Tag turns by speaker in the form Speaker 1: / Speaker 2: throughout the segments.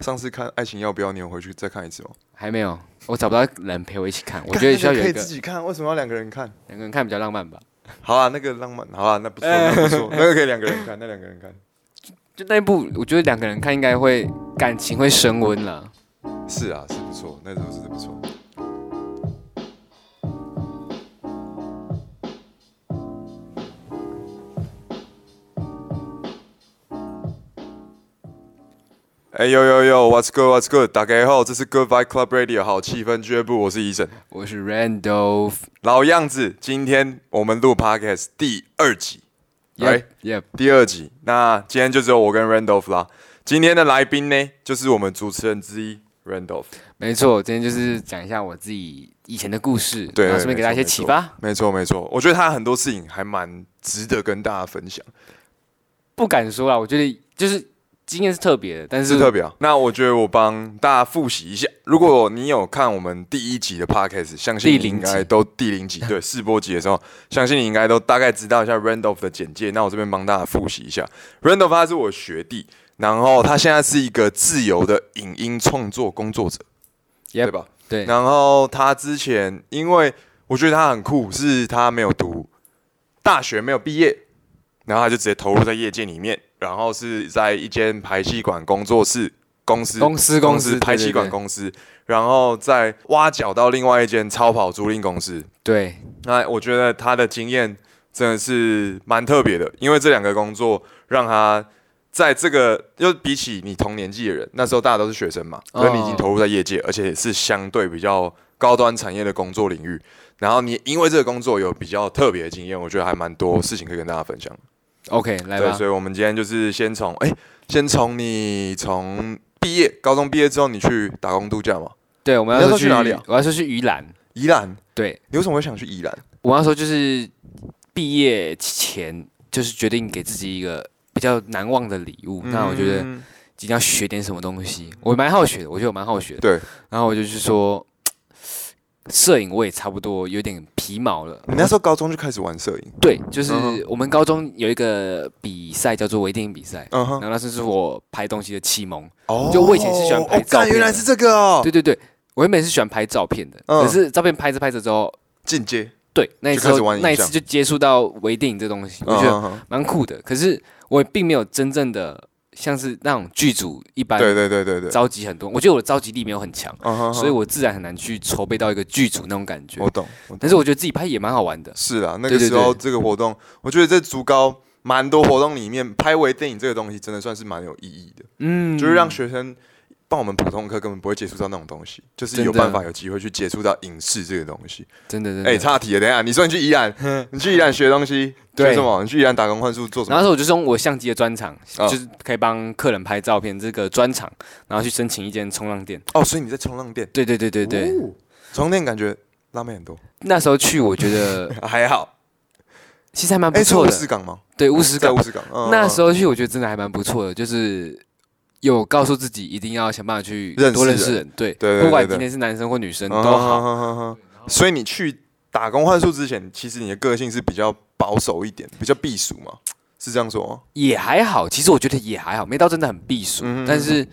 Speaker 1: 上次看《爱情要不要》，你有回去再看一次吗？
Speaker 2: 还没有，我找不到人陪我一 起看， 我觉得需要
Speaker 1: 干
Speaker 2: 有
Speaker 1: 可以
Speaker 2: 一
Speaker 1: 自
Speaker 2: 个
Speaker 1: 己看，为什么要两个人看？
Speaker 2: 两个人看比较浪漫吧。
Speaker 1: 好啊，那个浪漫，好啊，那不错，那不错，那个可以两个人看，那两个人看。
Speaker 2: 就那一部，我觉得两个人看应该会感情会升温了。
Speaker 1: 是啊，是不错，那时候是不错。哎呦呦呦，What's good？What's good？打开后，这是 Good Vibe Club Radio 好气氛俱乐部，我是医生。
Speaker 2: 我是 Randolph，
Speaker 1: 老样子，今天我们录 Podcast 第二集，来、
Speaker 2: yep，
Speaker 1: 第二集。那今天就只有我跟 Randolph 啦。今天的来宾呢，就是我们主持人之一 Randolph。
Speaker 2: 没错，今天就是讲一下我自己以前的故事，
Speaker 1: 对，
Speaker 2: 然后顺便给大家一些
Speaker 1: 没错
Speaker 2: 启发。。
Speaker 1: 没错没错，我觉得他很多事情还蛮值得跟大家分享，
Speaker 2: 不敢说啦，我觉得就是经验是特别的，但是
Speaker 1: 是特别啊。那我觉得我帮大家复习一下，如果你有看我们第一集的 podcast，相信你
Speaker 2: 第零
Speaker 1: 应
Speaker 2: 集
Speaker 1: 该都第零集对试播集的时候，相信你应该都大概知道一下 Randolph 的简介。那我这边帮大家复习一下，Randolph 他是我学弟，然后他现在是一个自由的影音创作工作者
Speaker 2: Yep
Speaker 1: 对吧？
Speaker 2: 对
Speaker 1: 然后他之前，因为我觉得他很酷，是他没有读大学，没有毕业，然后他就直接投入在业界里面，然后是在一间排气管工作室公司
Speaker 2: 公司公司对
Speaker 1: 排气管公司，然后再挖角到另外一间超跑租赁公司。
Speaker 2: 对
Speaker 1: 那我觉得他的经验真的是蛮特别的，因为这两个工作让他。在这个，就比起你同年纪的人，那时候大家都是学生嘛，
Speaker 2: 哦
Speaker 1: 可是你已经投入在业界，而且是相对比较高端产业的工作领域，然后你因为这个工作有比较特别的经验，我觉得还蛮多事情可以跟大家分享。
Speaker 2: ，OK，来
Speaker 1: 对，
Speaker 2: 吧
Speaker 1: 所，以我们今天就是先从，哎、先从你从毕业，高中毕业之后，你去打工度假嘛？
Speaker 2: 对，我们
Speaker 1: 你
Speaker 2: 要
Speaker 1: 要
Speaker 2: 说
Speaker 1: 去哪里啊
Speaker 2: 我要说去宜兰，
Speaker 1: 宜兰，
Speaker 2: 对，
Speaker 1: 你为什么会想去宜兰？
Speaker 2: 我那时候就是毕业前，就是决定给自己一个比较难忘的礼物。那我觉得
Speaker 1: 嗯
Speaker 2: 今天要学点什么东西，我蛮好学的，我觉得我蛮好学的。
Speaker 1: 对，
Speaker 2: 然后我就去说，摄影我也差不多有点皮毛了。
Speaker 1: 你那时候高中就开始玩摄影，
Speaker 2: 对，就是
Speaker 1: 嗯哼
Speaker 2: 我们高中有一个比赛叫做微电影比赛，
Speaker 1: 嗯
Speaker 2: 然
Speaker 1: 哼，
Speaker 2: 后那时候是我拍东西的启蒙。
Speaker 1: 哦
Speaker 2: 就我以前是喜欢
Speaker 1: 哦
Speaker 2: 拍
Speaker 1: 干
Speaker 2: 照片的
Speaker 1: 原来是这个哦，
Speaker 2: 对对对，我原本是喜欢拍照片的，
Speaker 1: 嗯
Speaker 2: 可是照片拍着拍着之后，
Speaker 1: 进阶，
Speaker 2: 对，那一
Speaker 1: 就
Speaker 2: 次
Speaker 1: 开始玩影
Speaker 2: 那一
Speaker 1: 像
Speaker 2: 次就接触到微电影这东西，我觉得
Speaker 1: 嗯哼
Speaker 2: 蛮酷的。可是我也并没有真正的像是那种剧组一
Speaker 1: 嗯
Speaker 2: 般
Speaker 1: 对对对对对，
Speaker 2: 召集很多，我觉得我的召集力没有很强，
Speaker 1: 嗯哼
Speaker 2: 所以我自然很难去筹备到一个剧组那种感觉
Speaker 1: 我。懂，我懂
Speaker 2: 但是我觉得自己拍也蛮好玩的，
Speaker 1: 是啦，那
Speaker 2: 对
Speaker 1: 个
Speaker 2: 对
Speaker 1: 时候
Speaker 2: 对
Speaker 1: 这个活动，我觉得在竹高蛮多活动里面，拍微电影这个东西真的算是蛮有意义的，
Speaker 2: 嗯，
Speaker 1: 就是让学生。办我们普通课根本不会接触到那种东西，就是有
Speaker 2: 真的
Speaker 1: 办法有机会去接触到影视这个东西。
Speaker 2: 真的真的。
Speaker 1: 哎、岔题了，等一下，你说你去宜 兰，你去宜兰学东西，
Speaker 2: 对
Speaker 1: 学什么？你去宜兰打工换宿做什
Speaker 2: 然后
Speaker 1: 么？
Speaker 2: 那时候我就是用我相机的专场，
Speaker 1: 哦
Speaker 2: 就是可以帮客人拍照片这个专场，然后去申请一间冲浪店。
Speaker 1: 哦，所以你在冲浪店，
Speaker 2: 对对对对对，
Speaker 1: 哦，冲浪店感觉辣妹很多，
Speaker 2: 那时候去我觉得
Speaker 1: 还好。
Speaker 2: 其实还蛮
Speaker 1: 哎、
Speaker 2: 不
Speaker 1: 是
Speaker 2: 错
Speaker 1: 乌
Speaker 2: 的，
Speaker 1: 石港吗？
Speaker 2: 对乌石
Speaker 1: 在
Speaker 2: 港
Speaker 1: 乌石港，嗯
Speaker 2: 那时候去，我觉得真的还蛮不错的，就是有告诉自己一定要想办法去
Speaker 1: 认识
Speaker 2: 多认识
Speaker 1: 人
Speaker 2: 人，对，
Speaker 1: 对对
Speaker 2: 不管
Speaker 1: 对对
Speaker 2: 今天是男生或女生
Speaker 1: 嗯
Speaker 2: 都
Speaker 1: 嗯
Speaker 2: 好。
Speaker 1: 嗯嗯嗯嗯所以你去打工换宿之前，其实你的个性是比较保守一点，比较避暑嘛，是这样说吗？
Speaker 2: 也还好，其实我觉得也还好，没到真的很避暑，
Speaker 1: 嗯
Speaker 2: 但是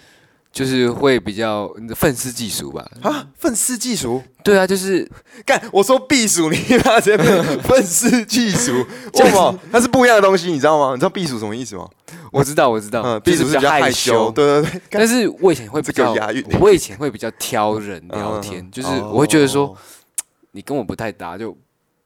Speaker 2: 就是会比较愤世嫉俗吧。
Speaker 1: 啊，愤世嫉俗！
Speaker 2: 对啊， 就是
Speaker 1: 干，我说避暑，你妈直接愤世嫉 俗，为什么？它是不一样的东西，你知道吗？你知道避暑什么意思吗？
Speaker 2: 我知道，我知道，
Speaker 1: 嗯，避
Speaker 2: 哦就
Speaker 1: 暑是
Speaker 2: 比
Speaker 1: 比
Speaker 2: 较
Speaker 1: 较害
Speaker 2: 羞
Speaker 1: 羞，。对对对。干
Speaker 2: 但是我以前会比
Speaker 1: 这个
Speaker 2: 较
Speaker 1: 押韵，
Speaker 2: 我以前会比较挑人
Speaker 1: 嗯
Speaker 2: 聊
Speaker 1: 嗯
Speaker 2: 天，
Speaker 1: 嗯
Speaker 2: 就是
Speaker 1: 哦
Speaker 2: 我会觉得说你跟我不太搭，就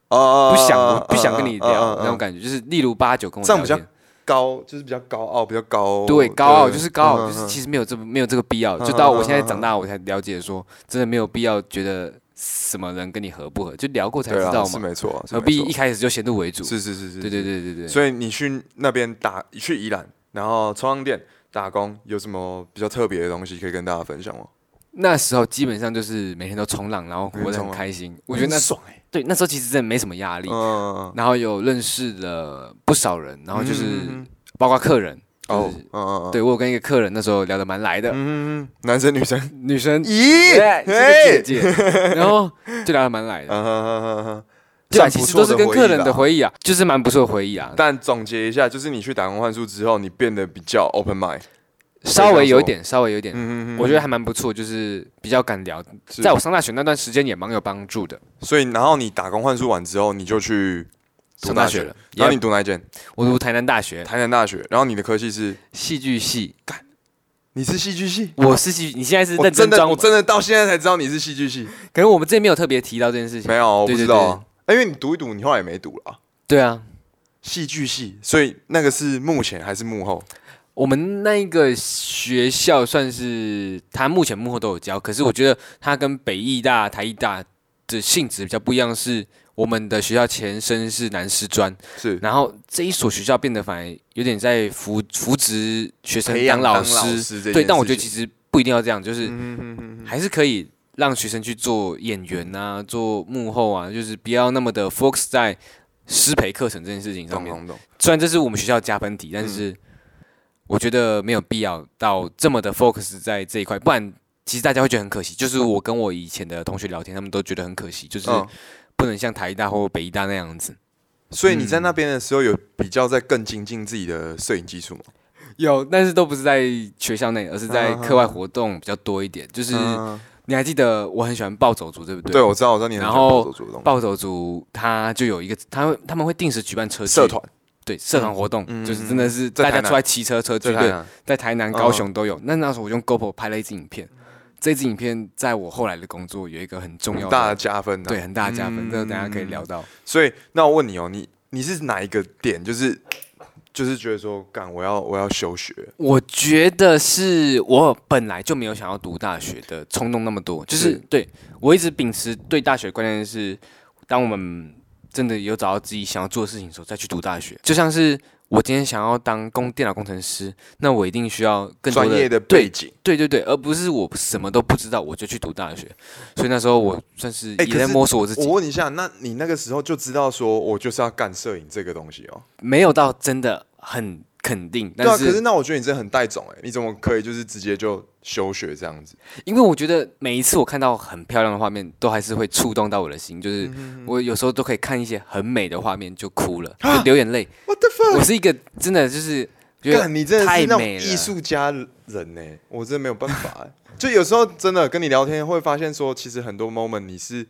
Speaker 1: 哦
Speaker 2: 不想、我
Speaker 1: 哦
Speaker 2: 不想跟你聊、
Speaker 1: 哦哦哦
Speaker 2: 那种感觉。就是例如八九跟我
Speaker 1: 这样
Speaker 2: 聊
Speaker 1: 比较
Speaker 2: 天，
Speaker 1: 高，就是比较高傲，比较高，
Speaker 2: 对，高傲就是高傲，
Speaker 1: 嗯嗯
Speaker 2: 就是
Speaker 1: 嗯
Speaker 2: 其实没有这没有这个必要。
Speaker 1: 嗯
Speaker 2: 就到
Speaker 1: 嗯
Speaker 2: 我现在
Speaker 1: 嗯
Speaker 2: 长大，我才了解说，真的没有必要觉得什么人跟你合不合，就聊过才知
Speaker 1: 对啊
Speaker 2: 道
Speaker 1: 是
Speaker 2: 嘛，
Speaker 1: 没错啊，是
Speaker 2: 何
Speaker 1: 没
Speaker 2: 必
Speaker 1: 错
Speaker 2: 一开始就先入为主？
Speaker 1: 是是是是，
Speaker 2: 对对对对对。
Speaker 1: 所以你去那边打，去宜兰，然后冲浪店打工，有什么比较特别的东西可以跟大家分享吗？
Speaker 2: 那时候基本上就是每天都冲浪，然后
Speaker 1: 每
Speaker 2: 活
Speaker 1: 天
Speaker 2: 得
Speaker 1: 冲
Speaker 2: 很
Speaker 1: 浪
Speaker 2: 开心。我觉得那
Speaker 1: 很爽哎，
Speaker 2: 对那时候其实真的没什么压力，
Speaker 1: 嗯，
Speaker 2: 然后有认识了不少人，然后就是
Speaker 1: 嗯
Speaker 2: 包括客人，
Speaker 1: 哦
Speaker 2: 就是，
Speaker 1: 嗯嗯，嗯，
Speaker 2: 对我有跟一个客人那时候聊得蛮来的，
Speaker 1: 嗯，男生女生，
Speaker 2: 女生。
Speaker 1: 咦，
Speaker 2: 对，是
Speaker 1: 嘿
Speaker 2: 个姐姐，然后就聊得蛮来的，
Speaker 1: 嗯哼哼哼哼
Speaker 2: 对啊，
Speaker 1: 算
Speaker 2: 其
Speaker 1: 不
Speaker 2: 实
Speaker 1: 错
Speaker 2: 都是跟客人的
Speaker 1: 忆吧。
Speaker 2: 回忆啊，就是蛮不错的回忆啊。
Speaker 1: 但总结一下，就是你去打工换宿之后，你变得比较 open mind，
Speaker 2: 稍微有一点，稍微有一点，
Speaker 1: 嗯，嗯嗯嗯，
Speaker 2: 我觉得还蛮不错，就是比较敢聊，
Speaker 1: 是
Speaker 2: 在我上大学那段时间也蛮有帮助的。
Speaker 1: 所以然后你打工换宿完之后，你就去读
Speaker 2: 上
Speaker 1: 大
Speaker 2: 大
Speaker 1: 学
Speaker 2: 学了，
Speaker 1: 然后
Speaker 2: 也
Speaker 1: 你读哪一间？
Speaker 2: 我读台南大学
Speaker 1: 台南大学，然后你的科系是
Speaker 2: 戏剧系，
Speaker 1: 你是戏剧系，
Speaker 2: 我是戏，你现在是
Speaker 1: 我
Speaker 2: 认
Speaker 1: 真的
Speaker 2: 装
Speaker 1: 我真的到现在才知道你是戏剧系，
Speaker 2: 可能我们之前没有特别提到这件事情。
Speaker 1: 没有我不
Speaker 2: 对
Speaker 1: 知
Speaker 2: 对
Speaker 1: 道啊，哎因为你读一读，你后来也没读了啊。
Speaker 2: 对啊，
Speaker 1: 戏剧系，所以那个是幕前还是幕后？
Speaker 2: 我们那一个学校算是他目前幕后都有教，可是我觉得他跟北艺大、台艺大的性质比较不一样，是我们的学校前身是南师专，
Speaker 1: 是
Speaker 2: 然后这一所学校变得反而有点在扶扶植学生
Speaker 1: 培养
Speaker 2: 老
Speaker 1: 当老师这件
Speaker 2: 对，但我觉得
Speaker 1: 事
Speaker 2: 其实不一定要这样，就是
Speaker 1: 嗯哼哼哼
Speaker 2: 还是可以让学生去做演员啊，做幕后啊，就是不要那么的 focus 在师培课程这件事情上
Speaker 1: 懂嗯
Speaker 2: 面。
Speaker 1: 懂懂，
Speaker 2: 虽然这是我们学校的加分题，但是我觉得没有必要到这么的 focus 在这一块，不然其实大家会觉得很可惜。就是我跟我以前的同学聊天，他们都觉得很可惜，就是
Speaker 1: 嗯，
Speaker 2: 不能像台艺大或北艺大那样子。
Speaker 1: 所以你
Speaker 2: 嗯
Speaker 1: 在那边的时候有比较在更精进自己的摄影技术吗？
Speaker 2: 有，但是都不是在学校内，而是在课外活动比较多一点。就是
Speaker 1: 嗯，
Speaker 2: 你还记得我很喜欢暴走族，对不对？
Speaker 1: 对，我知道，我知道你很
Speaker 2: 然
Speaker 1: 喜欢
Speaker 2: 后
Speaker 1: 做这个东西
Speaker 2: 暴走族他就有一个，他会他们会定时举办车聚
Speaker 1: 社团，
Speaker 2: 对社团活动，
Speaker 1: 嗯
Speaker 2: 就是真的是
Speaker 1: 在
Speaker 2: 大
Speaker 1: 台
Speaker 2: 家
Speaker 1: 南
Speaker 2: 出来骑车车聚，
Speaker 1: 对
Speaker 2: 对，
Speaker 1: 啊，
Speaker 2: 在台南、嗯高雄都有。那那时候我用 GoPro 拍了一支影片，这支影片在我后来的工作有一个很重要
Speaker 1: 很
Speaker 2: 的
Speaker 1: 大的加分啊
Speaker 2: 对，很大的加分，这个等下可以聊。
Speaker 1: 嗯
Speaker 2: 到。
Speaker 1: 所以那我问你哦，你你是哪一个点？就是就是觉得说，干，我要我要休学，
Speaker 2: 我觉得是我本来就没有想要读大学的冲动那么多，就是
Speaker 1: 是
Speaker 2: 对我一直秉持对大学的观念是，当我们真的有找到自己想要做的事情的时候，再去读大学。就像是我今天想要当工电脑工程师，那我一定需要更多
Speaker 1: 专业的背
Speaker 2: 对
Speaker 1: 景。
Speaker 2: 对对对，而不是我什么都不知道我就去读大学。所以那时候我算是
Speaker 1: 哎
Speaker 2: 也
Speaker 1: 可
Speaker 2: 在
Speaker 1: 是
Speaker 2: 摸索我自己，
Speaker 1: 我问一下，那你那个时候就知道说我就是要干摄影这个东西哦？
Speaker 2: 没有到真的很肯定，
Speaker 1: 对啊，
Speaker 2: 但
Speaker 1: 可是那我觉得你真的很带种哎，你怎么可以就是直接就休学这样子？
Speaker 2: 因为我觉得每一次我看到很漂亮的画面，都还是会触动到我的心，就是
Speaker 1: 嗯
Speaker 2: 我有时候都可以看一些很美的画面就哭了，
Speaker 1: 啊
Speaker 2: 就流眼泪。
Speaker 1: What the fuck？
Speaker 2: 我是一个真的就是觉得
Speaker 1: 干，你真的是
Speaker 2: 太
Speaker 1: 那种
Speaker 2: 美了
Speaker 1: 艺术家人呢、欸我真的没有办法、 欸。就有时候真的跟你聊天，会发现说，其实很多 moment 你是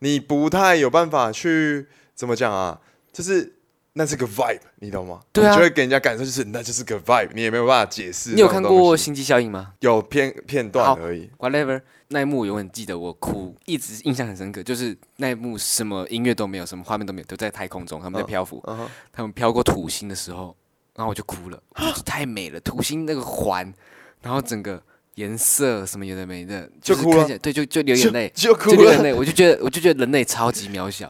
Speaker 1: 你不太有办法去怎么讲啊，就是那是个 vibe，你懂吗？
Speaker 2: 对啊
Speaker 1: 你就会给人家感受就是那就是个 vibe，你也没有办法解释。
Speaker 2: 你有看过《心机效应》吗
Speaker 1: 有片片段
Speaker 2: 好
Speaker 1: 而已，
Speaker 2: ？Whatever，那一幕我永远记得我哭，一直印象很深刻。就是那一幕什么音乐都没有，什么画面都没有，都在太空中，他们在漂浮，
Speaker 1: 嗯哼
Speaker 2: 他们飘过土星的时候，然后我就 哭了，我就觉得太美了，土星那个环，然后整个颜色什么有的没的，
Speaker 1: 就是哭了
Speaker 2: 看起来对，就就流眼泪。
Speaker 1: 就哭
Speaker 2: 就流眼
Speaker 1: 了。
Speaker 2: 泪，我就觉得我就觉得人类超级渺小，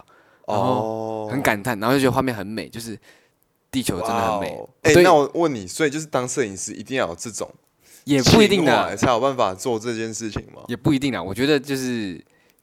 Speaker 2: 然
Speaker 1: 哦
Speaker 2: 很感叹，然后就觉得画面很美，就是地球真的很美
Speaker 1: 哇哦。哎、
Speaker 2: 对
Speaker 1: 那我问你，所以就是当摄影师一定要有这种
Speaker 2: 也不一定
Speaker 1: 情怀
Speaker 2: 的，
Speaker 1: 才有办法做这件事情吗？
Speaker 2: 也不一定的。我觉得就是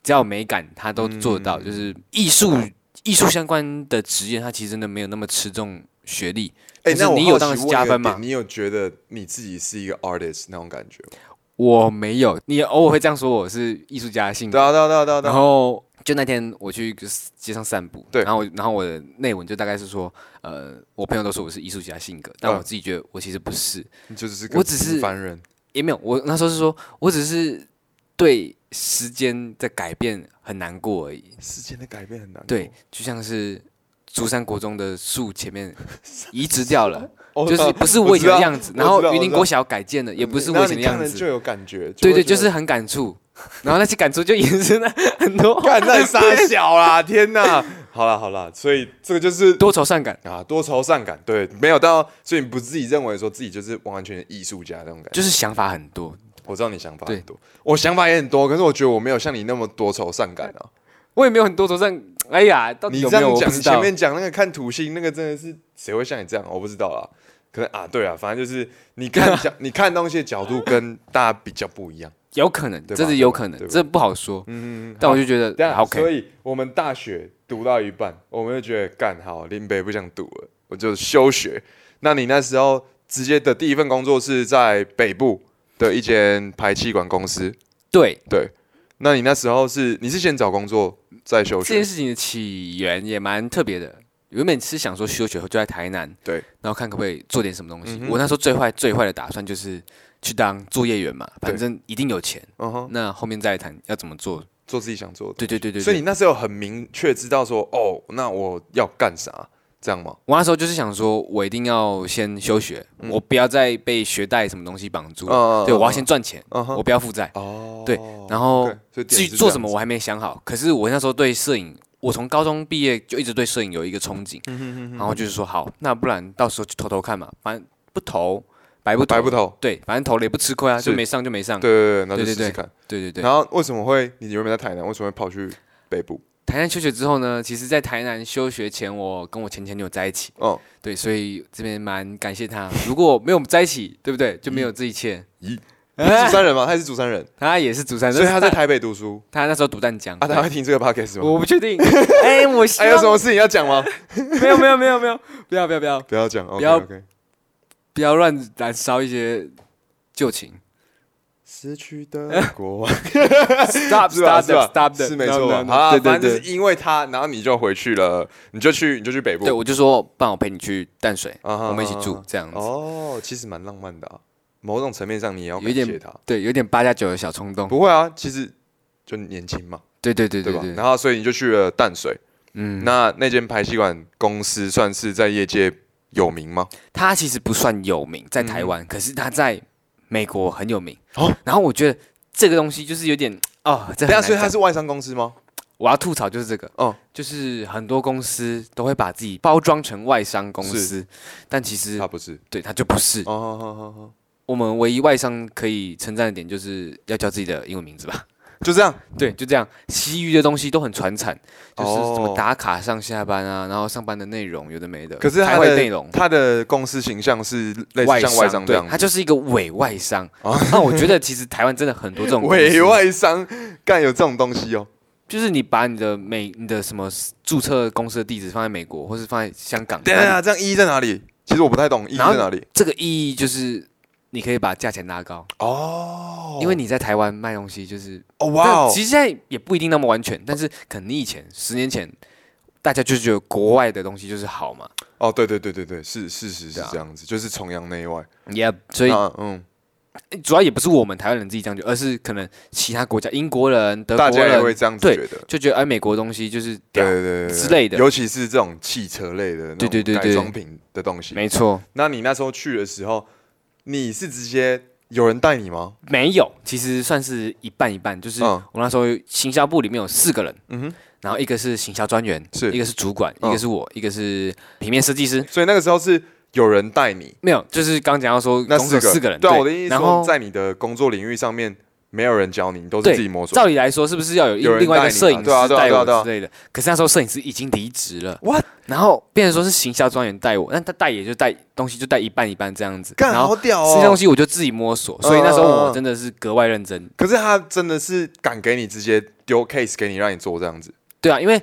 Speaker 2: 只要有美感，他都做得到。
Speaker 1: 嗯
Speaker 2: 就是艺术艺术相关的职业，他其实真的没有那么吃重学历。
Speaker 1: 哎、
Speaker 2: 但是
Speaker 1: 那我
Speaker 2: 你
Speaker 1: 好
Speaker 2: 有
Speaker 1: 奇
Speaker 2: 当然是
Speaker 1: 问
Speaker 2: 加
Speaker 1: 一个
Speaker 2: 分嘛
Speaker 1: 点你有觉得你自己是一个 artist 那种感觉吗？
Speaker 2: 我没有，你偶尔会这样说我是艺术家性格
Speaker 1: 对，啊，对啊，对啊，对啊对
Speaker 2: 然
Speaker 1: 啊。
Speaker 2: 后就那天我去街上散步，
Speaker 1: 对
Speaker 2: 然后我然后我的内文就大概是说，呃，我朋友都说我是艺术家性格，但
Speaker 1: 嗯
Speaker 2: 我自己觉得我其实不是，
Speaker 1: 你就是
Speaker 2: 我
Speaker 1: 个
Speaker 2: 只
Speaker 1: 平
Speaker 2: 是
Speaker 1: 凡人，
Speaker 2: 也没有，我那时候是说我只是对时间的改变很难过而已，
Speaker 1: 时间的改变很难。
Speaker 2: 对，，就像是竹山国中的树前面移植掉 了，
Speaker 1: 哦
Speaker 2: 就是不是我以前的样子，然
Speaker 1: 我
Speaker 2: 后
Speaker 1: 知道
Speaker 2: 云
Speaker 1: 我
Speaker 2: 林
Speaker 1: 知道
Speaker 2: 国小改建了，也不是我以前
Speaker 1: 那
Speaker 2: 的样
Speaker 1: 你看了
Speaker 2: 子，
Speaker 1: 就有感觉。
Speaker 2: 对对，
Speaker 1: 会觉
Speaker 2: 就
Speaker 1: 得
Speaker 2: 是很感触， 然后那些感触就延伸了很 多
Speaker 1: 干那 傻小啦，天哪！好啦好啦，所以这个就是
Speaker 2: 多愁善感。
Speaker 1: 啊多愁善感，对，没有到，所以你不自己认为说自己就是完完全全艺术家那种感觉。
Speaker 2: 就是想法很多，
Speaker 1: 我知道你想法
Speaker 2: 对
Speaker 1: 很多，我想法也很多，可是我觉得我没有像你那么多愁善感啊。
Speaker 2: 我也没有很多愁善。哎呀，到底
Speaker 1: 你
Speaker 2: 有
Speaker 1: 这
Speaker 2: 没有？
Speaker 1: 样
Speaker 2: 我
Speaker 1: 讲，
Speaker 2: 不知
Speaker 1: 你前
Speaker 2: 道。
Speaker 1: 面讲那个看土星那个真的是谁会像你这样？我不知道啦，可能啊，对啊，反正就是你看讲 你看东西的角度跟大家比较不一样。
Speaker 2: 有可能，
Speaker 1: 对吧
Speaker 2: 这是有可能
Speaker 1: 对吧，
Speaker 2: 这不好说。
Speaker 1: 嗯，嗯嗯
Speaker 2: 但我就觉
Speaker 1: 这
Speaker 2: 得
Speaker 1: 样
Speaker 2: 好 OK，
Speaker 1: 所以我们大学读到一半，我们就觉得干好林北不想读了，我就休学。那你那时候直接的第一份工作是在北部的一间排气管公司，
Speaker 2: 对
Speaker 1: 对。那你那时候是你是先找工作再休
Speaker 2: 这
Speaker 1: 学
Speaker 2: 件？事情的起源也蛮特别的。原本是想说休学后就在台南，
Speaker 1: 对，
Speaker 2: 然后看可不可以做点什么东西
Speaker 1: 嗯。哼
Speaker 2: 我那时候最坏最坏的打算就是去当作业员嘛，
Speaker 1: 对
Speaker 2: 反正一定有钱，
Speaker 1: 嗯哼，
Speaker 2: 那后面再谈要怎么做。
Speaker 1: 做自己想做的。
Speaker 2: 对对对对
Speaker 1: 所以
Speaker 2: 对，
Speaker 1: 你那时候很明确知道说，哦，那我要干啥，这样吗？
Speaker 2: 我那时候就是想说，我一定要先休学，我不要再被学贷什么东西绑住。
Speaker 1: 嗯
Speaker 2: 对，我要先赚钱，
Speaker 1: 嗯哼
Speaker 2: 我不要负债。
Speaker 1: 哦，
Speaker 2: 对，然后
Speaker 1: OK，所以点
Speaker 2: 至于
Speaker 1: 是
Speaker 2: 做
Speaker 1: 这
Speaker 2: 什么，
Speaker 1: 样
Speaker 2: 我还没想好。可是我那时候对摄影，我从高中毕业就一直对摄影有一个憧憬，
Speaker 1: 嗯
Speaker 2: 然后就是说好，那不然到时候去投投看嘛，反正不投白不
Speaker 1: 子，
Speaker 2: 投
Speaker 1: 哦白不投。
Speaker 2: 对，反正投了也不吃亏啊，
Speaker 1: 是
Speaker 2: 就没上就没上。
Speaker 1: 对对对，那就
Speaker 2: 对对
Speaker 1: 试试看。
Speaker 2: 对对对
Speaker 1: 然后为什么会你原本在台南，为什么会跑去北部？
Speaker 2: 台南休学之后呢，其实，在台南休学前，我跟我前前女友在一起，
Speaker 1: 哦，
Speaker 2: 对，所以这边蛮感谢她。如果没有在一起，对不对？就没
Speaker 1: 嗯
Speaker 2: 有这一切。
Speaker 1: 咦，你是
Speaker 2: 哎
Speaker 1: 竹山人吗？他也是竹山人，
Speaker 2: 她也是竹山，
Speaker 1: 所以他在
Speaker 2: 但是
Speaker 1: 台北读书
Speaker 2: 她她那时候读淡江
Speaker 1: 啊。他会听这个 podcast 吗？
Speaker 2: 我不确定。哎，我 希
Speaker 1: 还有什
Speaker 2: 望
Speaker 1: 么事情要讲吗？
Speaker 2: 没有没有没有没有，不要不要不要
Speaker 1: 不要讲，不
Speaker 2: 要
Speaker 1: OK。
Speaker 2: 不要乱燃烧一些旧情。
Speaker 1: 失去的国王
Speaker 2: Stop
Speaker 1: 是吧？
Speaker 2: stop
Speaker 1: 是吧
Speaker 2: stop，them，啊
Speaker 1: 是没
Speaker 2: no,
Speaker 1: 错
Speaker 2: no,
Speaker 1: 吧。
Speaker 2: no，
Speaker 1: 好啦，
Speaker 2: 对对
Speaker 1: 反正就
Speaker 2: 对
Speaker 1: 是因为他，然后你就回去了，你就去，你就去北部
Speaker 2: 对，。我就说，不然我陪你去淡水，
Speaker 1: 啊哈
Speaker 2: 我们一起
Speaker 1: 啊
Speaker 2: 住
Speaker 1: 哈
Speaker 2: 这样子。
Speaker 1: 哦，其实蛮浪漫的啊，某种层面上你也要
Speaker 2: 有
Speaker 1: 感
Speaker 2: 一点
Speaker 1: 谢他。
Speaker 2: 对，有点八加九的小冲动。
Speaker 1: 不会啊，其实就年轻嘛，
Speaker 2: 对对对
Speaker 1: 对吧？
Speaker 2: 对，
Speaker 1: 然后所以你就去了淡水，
Speaker 2: 嗯，
Speaker 1: 那那间排气管公司算是在业界有名 吗？
Speaker 2: 他其实不算有名，在台湾，可是他在美国很有名。
Speaker 1: 嗯哦
Speaker 2: 哦，然后我觉得这个东西就是有点哦，这
Speaker 1: 对
Speaker 2: 很
Speaker 1: 啊，
Speaker 2: 难
Speaker 1: 所以它
Speaker 2: 讲。
Speaker 1: 是外商公司吗？
Speaker 2: 我要吐槽就是这个，
Speaker 1: 哦
Speaker 2: 哦，就是很多公司都会把自己包装成外商公司，但其实
Speaker 1: 它不是。
Speaker 2: 对他就不是。
Speaker 1: 哦，好好好好，
Speaker 2: 我们唯一外商可以称赞的点就是要叫自己的英文名字吧。
Speaker 1: 就这样。
Speaker 2: 对，就这样，其余的东西都很传产，就是什
Speaker 1: 哦
Speaker 2: 么打卡上下班啊，然后上班的内容有的没的，
Speaker 1: 可是
Speaker 2: 开
Speaker 1: 它
Speaker 2: 会内容
Speaker 1: 的。它的公司形象是类似像外商这
Speaker 2: 对
Speaker 1: 样， 哦
Speaker 2: 它就是一个伪外商。 那我觉得其实台湾真的很多这种公司
Speaker 1: 伪，外商干有这种东西哦。
Speaker 2: 就是你把你的美你的什么注册公司的地址放在美国，或是放在香港，
Speaker 1: 等一
Speaker 2: 然后
Speaker 1: 下，这样意义在哪里？其实我不太懂意义，E
Speaker 2: 然后
Speaker 1: 在哪里。
Speaker 2: 这个意义就是你可以把价钱拉高，
Speaker 1: 哦
Speaker 2: 因为你在台湾卖东西就是，
Speaker 1: 哦哇
Speaker 2: 但
Speaker 1: 哦
Speaker 2: 其实现在也不一定那么完全，但是可能你以前十年前。大家就觉得国外的东西就是好嘛
Speaker 1: 哦，对对对对对，是事实是
Speaker 2: 对啊
Speaker 1: 这样子，就是崇洋内外。
Speaker 2: ，Yep，所以
Speaker 1: 那嗯，
Speaker 2: 主要也不是我们台湾人自己这样觉得，而是可能其他国家英国人、德
Speaker 1: 大
Speaker 2: 国
Speaker 1: 家也会
Speaker 2: 人
Speaker 1: 这样子觉得。
Speaker 2: 就觉得哎，美国东西就是
Speaker 1: 对
Speaker 2: 屌，
Speaker 1: 对对对
Speaker 2: 之类的
Speaker 1: 尤其是这种汽车类的那
Speaker 2: 对
Speaker 1: 种
Speaker 2: 对对
Speaker 1: 改
Speaker 2: 对
Speaker 1: 装品的东西。
Speaker 2: 没错，
Speaker 1: 那你那时候去的时候，你是直接有人带你吗？
Speaker 2: 没有，其实算是一半一半。就是
Speaker 1: 嗯
Speaker 2: 我那时候行销部里面有四个人，
Speaker 1: 嗯哼，
Speaker 2: 然后一个是行销专员，
Speaker 1: 是
Speaker 2: 一个是主管，
Speaker 1: 嗯
Speaker 2: 一个是我，一个是平面设计师。
Speaker 1: 所以那个时候是有人带你，
Speaker 2: 没有，就是刚讲到说
Speaker 1: 那
Speaker 2: 总共有
Speaker 1: 个
Speaker 2: 四个人，
Speaker 1: 对啊，我的意思
Speaker 2: 然
Speaker 1: 说，
Speaker 2: 后
Speaker 1: 在你的工作领域上面，没有人教你，你都是
Speaker 2: 对
Speaker 1: 自己摸索。
Speaker 2: 照理来说是不是要有一
Speaker 1: 有人
Speaker 2: 另外一
Speaker 1: 带
Speaker 2: 个
Speaker 1: 你
Speaker 2: 摄
Speaker 1: 嘛
Speaker 2: 影师
Speaker 1: 对啊对啊
Speaker 2: 带
Speaker 1: 对啊对啊
Speaker 2: 我之类的？可是那时候摄影师已经离职了
Speaker 1: What？
Speaker 2: 然后变成说是行销专员带我，但他带也就带东西就带一半一半这样子，
Speaker 1: 干
Speaker 2: 然后。
Speaker 1: 好屌
Speaker 2: 这些东
Speaker 1: 哦！
Speaker 2: 西我就自己摸索，所以那时候
Speaker 1: 嗯嗯嗯
Speaker 2: 我真的是格外认真。
Speaker 1: 可是他真的是敢给你直接丢 case 给你，让你做这样子。
Speaker 2: 对啊，因为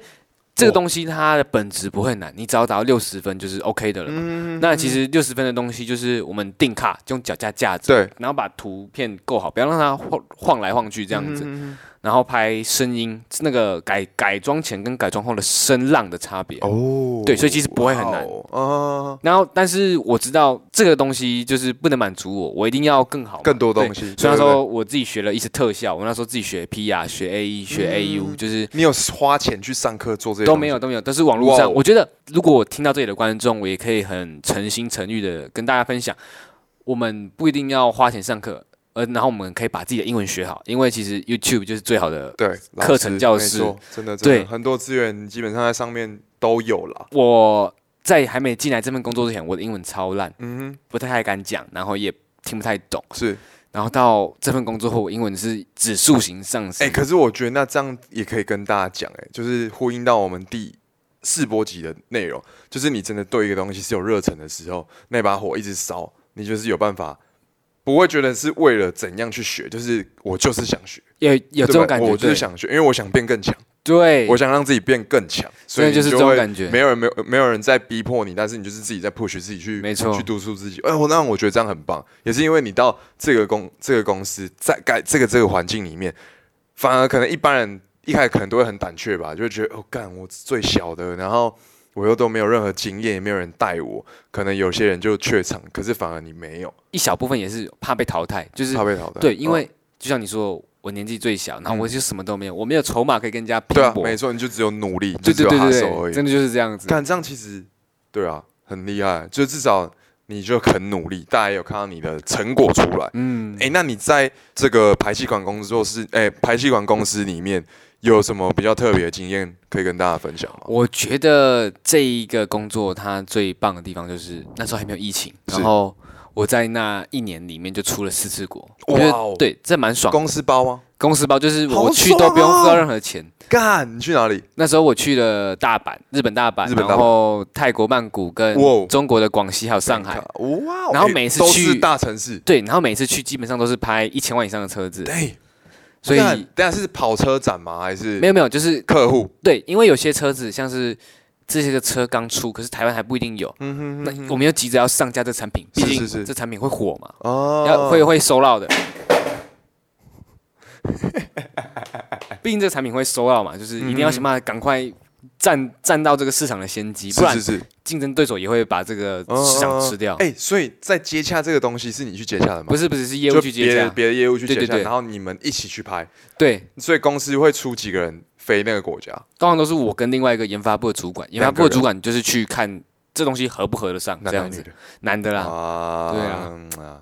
Speaker 2: 这个
Speaker 1: 哇
Speaker 2: 东西它的本质不会难，你只要达到六十分就是 OK 的了嘛。
Speaker 1: 嗯
Speaker 2: 那其实六十分的东西就是我们定卡，用脚架架着，
Speaker 1: 对，
Speaker 2: 然后把图片够好，不要让它晃晃来晃去这样
Speaker 1: 嗯
Speaker 2: 子，然后拍声音，那个改改装前跟改装后的声浪的差别。
Speaker 1: 哦
Speaker 2: 对所以其实不会很难
Speaker 1: 哇哦
Speaker 2: 然后，但是我知道这个东西就是不能满足我，我一定要更好嘛，
Speaker 1: 啊，更多
Speaker 2: 对
Speaker 1: 东西。
Speaker 2: 所
Speaker 1: 对
Speaker 2: 以那时
Speaker 1: 对对
Speaker 2: 候我自己学了一些特效，我那时候自己学 PR、学 AE、学
Speaker 1: 嗯
Speaker 2: AU，、就是
Speaker 1: 你有花钱去上课做这些
Speaker 2: 都
Speaker 1: 东西
Speaker 2: 没有都没有，都是网络
Speaker 1: 哇哦
Speaker 2: 上。我觉得如果我听到这里的观众，我也可以很诚心诚意的跟大家分享，我们不一定要花钱上课，呃，然后我们可以把自己的英文学好，因为其实 YouTube 就是最好的。
Speaker 1: 对老
Speaker 2: 课
Speaker 1: 师
Speaker 2: 程教
Speaker 1: 没
Speaker 2: 室
Speaker 1: 错真的真的
Speaker 2: 对
Speaker 1: 很多资源基本上在上面都有啦。
Speaker 2: 我在还没进来这份工作之前，我的英文超烂，
Speaker 1: 嗯
Speaker 2: 不太敢讲，然后也听不太懂。
Speaker 1: 哼，是。
Speaker 2: 然后到这份工作后，我英文是指数型上
Speaker 1: 哎、
Speaker 2: 升。
Speaker 1: 可是我觉得那这样也可以跟大家讲，哎，就是呼应到我们第四波集的内容，就是你真的对一个东西是有热忱的时候，那把火一直烧，你就是有办法，不会觉得是为了怎样去学，就是我就是想学，
Speaker 2: 有有这
Speaker 1: 对
Speaker 2: 种
Speaker 1: 吧
Speaker 2: 感觉，
Speaker 1: 我就是
Speaker 2: 对
Speaker 1: 想学，因为我想变更强，
Speaker 2: 对，
Speaker 1: 我想让自己变更强，所
Speaker 2: 真
Speaker 1: 以你
Speaker 2: 的就是这
Speaker 1: 就
Speaker 2: 种
Speaker 1: 会
Speaker 2: 感觉。
Speaker 1: 没有人没有没有人在逼迫你，但是你就是自己在 push 自己去，
Speaker 2: 没错
Speaker 1: 去督促自己。哎，我那我觉得这样很棒，也是因为你到这个公这个公司，在该这个这个环境里面，反而可能一般人一开始可能都会很胆怯吧，就会觉得哦，干我最小的，然后我又都没有任何经验，也没有人带我，可能有些人就怯场，可是反而你没有，
Speaker 2: 一小部分也是怕被淘汰，就是
Speaker 1: 怕被淘汰。
Speaker 2: 对，因
Speaker 1: 哦
Speaker 2: 为就像你说，我年纪最小，然后我就什么都没有，我没有筹码可以跟人家拼
Speaker 1: 嗯对啊，
Speaker 2: 搏，
Speaker 1: 没错，你就只有努力，
Speaker 2: 对
Speaker 1: 你就
Speaker 2: 对
Speaker 1: 只
Speaker 2: 对
Speaker 1: 有哈
Speaker 2: 对
Speaker 1: 手而
Speaker 2: 对，
Speaker 1: 已。
Speaker 2: 真的就是这样子。
Speaker 1: 但这样其实，对啊，很厉害，就至少你就很努力，大家有看到你的成果出来。
Speaker 2: 嗯，
Speaker 1: 哎、那你在这个排气管工作室，哎、排气管公司里面有什么比较特别的经验可以跟大家分享吗？
Speaker 2: 我觉得这一个工作它最棒的地方就是那时候还没有疫情，
Speaker 1: 是
Speaker 2: 然后我在那一年里面就出了四次国，我
Speaker 1: 哇
Speaker 2: 觉
Speaker 1: 哦
Speaker 2: 得对，这蛮爽的。
Speaker 1: 公司包吗？
Speaker 2: 公司包就是
Speaker 1: 好
Speaker 2: 我去都不用
Speaker 1: 爽哦
Speaker 2: 付到任何钱。
Speaker 1: 干，你去哪里？
Speaker 2: 那时候我去了大阪、日本大阪，
Speaker 1: 日本大阪
Speaker 2: 然后泰国曼谷跟
Speaker 1: 哇哦
Speaker 2: 中国的广西还有上海。
Speaker 1: 哇哦！
Speaker 2: 然后
Speaker 1: 哎
Speaker 2: 每次
Speaker 1: 都
Speaker 2: 去
Speaker 1: 是大城市，
Speaker 2: 对，然后每次去基本上都是拍一千万以上的车子，
Speaker 1: 对，
Speaker 2: 所以
Speaker 1: 干等下是跑车展吗？还是
Speaker 2: 没有没有，就是
Speaker 1: 客户？
Speaker 2: 对，因为有些车子像是这些个车刚出，可是台湾还不一定有，
Speaker 1: 嗯哼
Speaker 2: 那我们又急着要上架这产品，毕
Speaker 1: 是
Speaker 2: 竟
Speaker 1: 是是
Speaker 2: 这产品会火嘛，
Speaker 1: 哦
Speaker 2: 要会会收到的。毕竟这产品会收到嘛，就是
Speaker 1: 嗯
Speaker 2: 一定要想办法赶快占占到这个市场的先机，不
Speaker 1: 是
Speaker 2: 然啊
Speaker 1: 是是
Speaker 2: 竞争对手也会把这个市场吃掉。
Speaker 1: 哎、所以在接洽这个东西是你去接洽的吗？
Speaker 2: 不
Speaker 1: 是
Speaker 2: 是不是，是业务去接洽。
Speaker 1: 别的业务去接洽，
Speaker 2: 对对对
Speaker 1: 然后你们一起去拍，
Speaker 2: 对，
Speaker 1: 所以公司会出几个人飞那个国家？
Speaker 2: 通常都是我跟另外一个研发部的主管，研发部的主管就是去看这东西合不合得上，
Speaker 1: 男
Speaker 2: 这
Speaker 1: 的
Speaker 2: 样
Speaker 1: 女
Speaker 2: 子
Speaker 1: 的
Speaker 2: 男的啦，
Speaker 1: 啊
Speaker 2: 对啊
Speaker 1: 嗯啊，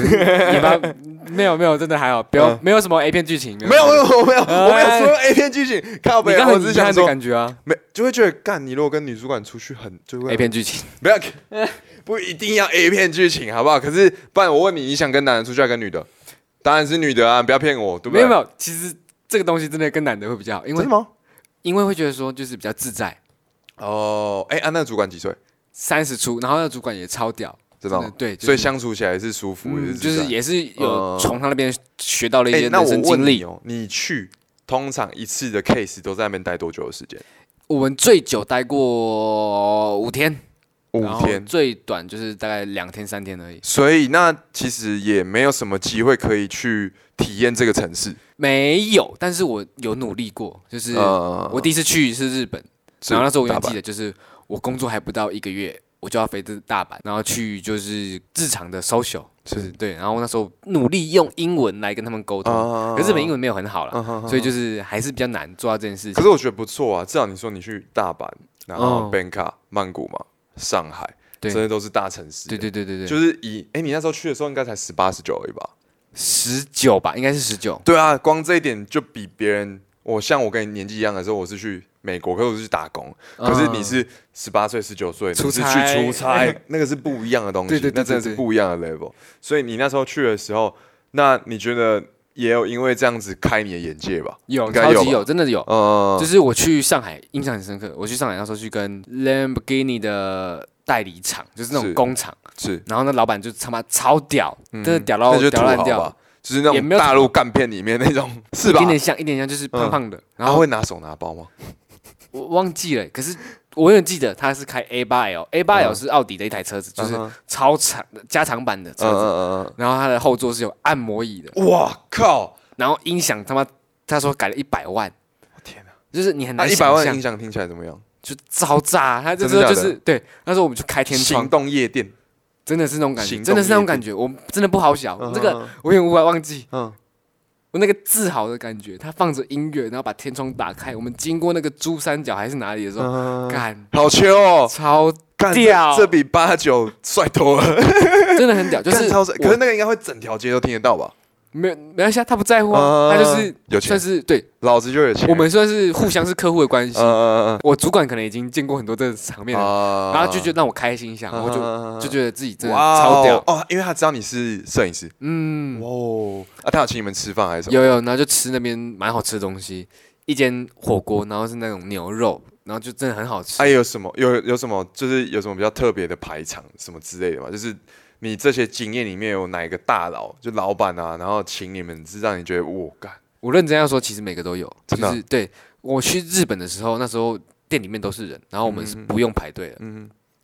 Speaker 2: 研发 没有没有，真的还好，不要没有什么 A 片剧情，
Speaker 1: 嗯没有没有我没有我没
Speaker 2: 哎
Speaker 1: 有说 A 片剧情，靠
Speaker 2: 你
Speaker 1: 背，
Speaker 2: 刚
Speaker 1: 我
Speaker 2: 很
Speaker 1: 只是
Speaker 2: 遗
Speaker 1: 想
Speaker 2: 憾的
Speaker 1: 说，
Speaker 2: 感觉啊
Speaker 1: 没就会觉得干，你如果跟女主管出去很就会
Speaker 2: ，A 片剧情。
Speaker 1: 不要 不一定要 A 片剧情好不好？可是不然我问你，你想跟男的出去还是跟女的？当然是女的啊，你不要骗我，对不
Speaker 2: 没
Speaker 1: 对？
Speaker 2: 有没有，其实这个东西真的跟男的会比较好，因为
Speaker 1: 真的吗？
Speaker 2: 因为会觉得说就是比较自在，
Speaker 1: 哦，哎，啊，那个主管几岁？
Speaker 2: 三十出，然后那主管也超屌，
Speaker 1: 知道吗
Speaker 2: 真的对就是
Speaker 1: 所以相处起来是舒服，
Speaker 2: 嗯
Speaker 1: 也是
Speaker 2: 就是也是有
Speaker 1: 呃
Speaker 2: 从他那边学到了一
Speaker 1: 哎
Speaker 2: 些，
Speaker 1: 那
Speaker 2: 人
Speaker 1: 我
Speaker 2: 生
Speaker 1: 问
Speaker 2: 经
Speaker 1: 你
Speaker 2: 历。
Speaker 1: 哦，你去通常一次的 case 都在那边待多久的时间？
Speaker 2: 我们最久待过五天，
Speaker 1: 五
Speaker 2: 然后
Speaker 1: 天。
Speaker 2: 最短就是大概两天三天而已。
Speaker 1: 所以那其实也没有什么机会可以去体验这个城市。
Speaker 2: 没有，但是我有努力过，就是
Speaker 1: 呃
Speaker 2: 我第一次去是日本，
Speaker 1: 是
Speaker 2: 然后那时候我
Speaker 1: 大
Speaker 2: 还
Speaker 1: 阪
Speaker 2: 记得，就是我工作还不到一个月，我就要飞至大阪，然后去就是日常的 social，就是
Speaker 1: 是
Speaker 2: 对，然后那时候努力用英文来跟他们沟通，
Speaker 1: 啊
Speaker 2: 可是日本英文没有很好
Speaker 1: 啊
Speaker 2: 啦，
Speaker 1: 哈哈哈
Speaker 2: 所以就是还是比较难做到这件事
Speaker 1: 可
Speaker 2: 情。
Speaker 1: 是我觉得不错啊，至少你说你去大阪，然后
Speaker 2: 哦
Speaker 1: Bangkok、曼谷嘛，上海，
Speaker 2: 对
Speaker 1: 这些都是大城市。
Speaker 2: 对对对对
Speaker 1: 就
Speaker 2: 对，
Speaker 1: 是以哎、你那时候去的时候应该才十八十九而已吧？
Speaker 2: 十九吧，应该是十九。
Speaker 1: 对啊，光这一点就比别人，我像我跟你年纪一样的时候，我是去美国，可是我是去打工，可是你是十八岁、十九岁，
Speaker 2: 嗯出
Speaker 1: 你是
Speaker 2: 差
Speaker 1: 去出差， 那个是不一样的东西，
Speaker 2: 对对对
Speaker 1: 那真的
Speaker 2: 对
Speaker 1: 是
Speaker 2: 对
Speaker 1: 不一样的 level。所以你那时候去的时候，那你觉得也有因为这样子开你的眼界吧？
Speaker 2: 有
Speaker 1: 应该
Speaker 2: 超
Speaker 1: 有
Speaker 2: 级
Speaker 1: 吧
Speaker 2: 有，真的有。
Speaker 1: 呃，
Speaker 2: 就是我去上海，印象很深刻。我去上海那时候去跟 Lamborghini 的代理厂，就是那种
Speaker 1: 是
Speaker 2: 工厂，
Speaker 1: 是
Speaker 2: 然后那老板就他妈超屌，真的屌到
Speaker 1: 嗯那就
Speaker 2: 屌
Speaker 1: 土
Speaker 2: 烂
Speaker 1: 豪
Speaker 2: 掉
Speaker 1: 吧，，就是那
Speaker 2: 也
Speaker 1: 种
Speaker 2: 没有
Speaker 1: 大陆干片里面那 种，是吧嗯
Speaker 2: 一？点像一点像，就是胖胖的，然
Speaker 1: 然后
Speaker 2: 后
Speaker 1: 会拿手拿包吗？
Speaker 2: 我忘记了，可是我有记得他是开 A 八 L，A 八 L
Speaker 1: 嗯
Speaker 2: 是奥迪的一台车子，就是
Speaker 1: 嗯
Speaker 2: 超长的加长版的车
Speaker 1: 嗯
Speaker 2: 子，
Speaker 1: 嗯
Speaker 2: 然后它的后座是有按摩椅的，
Speaker 1: 嗯，哇靠！
Speaker 2: 然后音响他妈他说改了一百万，
Speaker 1: 我天哪，
Speaker 2: 就是你很
Speaker 1: 那
Speaker 2: 难
Speaker 1: 一百
Speaker 2: 想
Speaker 1: 万
Speaker 2: 象
Speaker 1: 音，响听起来怎么样？
Speaker 2: 就超炸，他这
Speaker 1: 真的
Speaker 2: 时候就
Speaker 1: 假的
Speaker 2: 是对，那时候我们去开天窗
Speaker 1: 行，动夜店，
Speaker 2: 真的是那种感觉，
Speaker 1: 行动
Speaker 2: 真的是那种
Speaker 1: 力
Speaker 2: 感觉，我真的不好想，
Speaker 1: 嗯
Speaker 2: 这个我也无法忘记。
Speaker 1: 嗯，
Speaker 2: 我那个自豪的感觉，他放着音乐，然后把天窗打开，我们经过那个珠三角还是哪里的时候，
Speaker 1: 嗯
Speaker 2: 干
Speaker 1: 好秋哦，
Speaker 2: 超
Speaker 1: 干这
Speaker 2: 屌
Speaker 1: 这比八九帅多了，
Speaker 2: 真的很屌，就
Speaker 1: 干
Speaker 2: 是
Speaker 1: 超帅。可
Speaker 2: 我
Speaker 1: 是那个应该会整条街都听得到吧？
Speaker 2: 没有没关系啊，他不在乎啊，
Speaker 1: 嗯
Speaker 2: 他就是
Speaker 1: 有钱
Speaker 2: 算是对
Speaker 1: 老子就有钱，
Speaker 2: 我们算是互相是客户的关系
Speaker 1: 嗯。嗯嗯
Speaker 2: 我主管可能已经见过很多这场
Speaker 1: 嗯
Speaker 2: 面了，
Speaker 1: 啊
Speaker 2: 然后就觉得让我开心一下，我
Speaker 1: 嗯嗯嗯
Speaker 2: 就就觉得自己真的
Speaker 1: 哇
Speaker 2: 超
Speaker 1: 哦
Speaker 2: 屌，
Speaker 1: 哦，因为他知道你是摄影师，
Speaker 2: 嗯，
Speaker 1: 哇哦，啊，他有请你们吃饭还是什么？
Speaker 2: 有有，然后就吃那边蛮好吃的东西，一间火锅，然后是那种牛肉，然后就真的很好吃
Speaker 1: 哎、。有什么有有什么就是有什么比较特别的排场什么之类的吗？就是你这些经验里面有哪一个大佬，就老板啊，然后请你们是让你觉得我干
Speaker 2: 我认真要说，其实每个都有，
Speaker 1: 真的啊
Speaker 2: 就是对我去日本的时候，那时候店里面都是人，然后我们是不用排队的，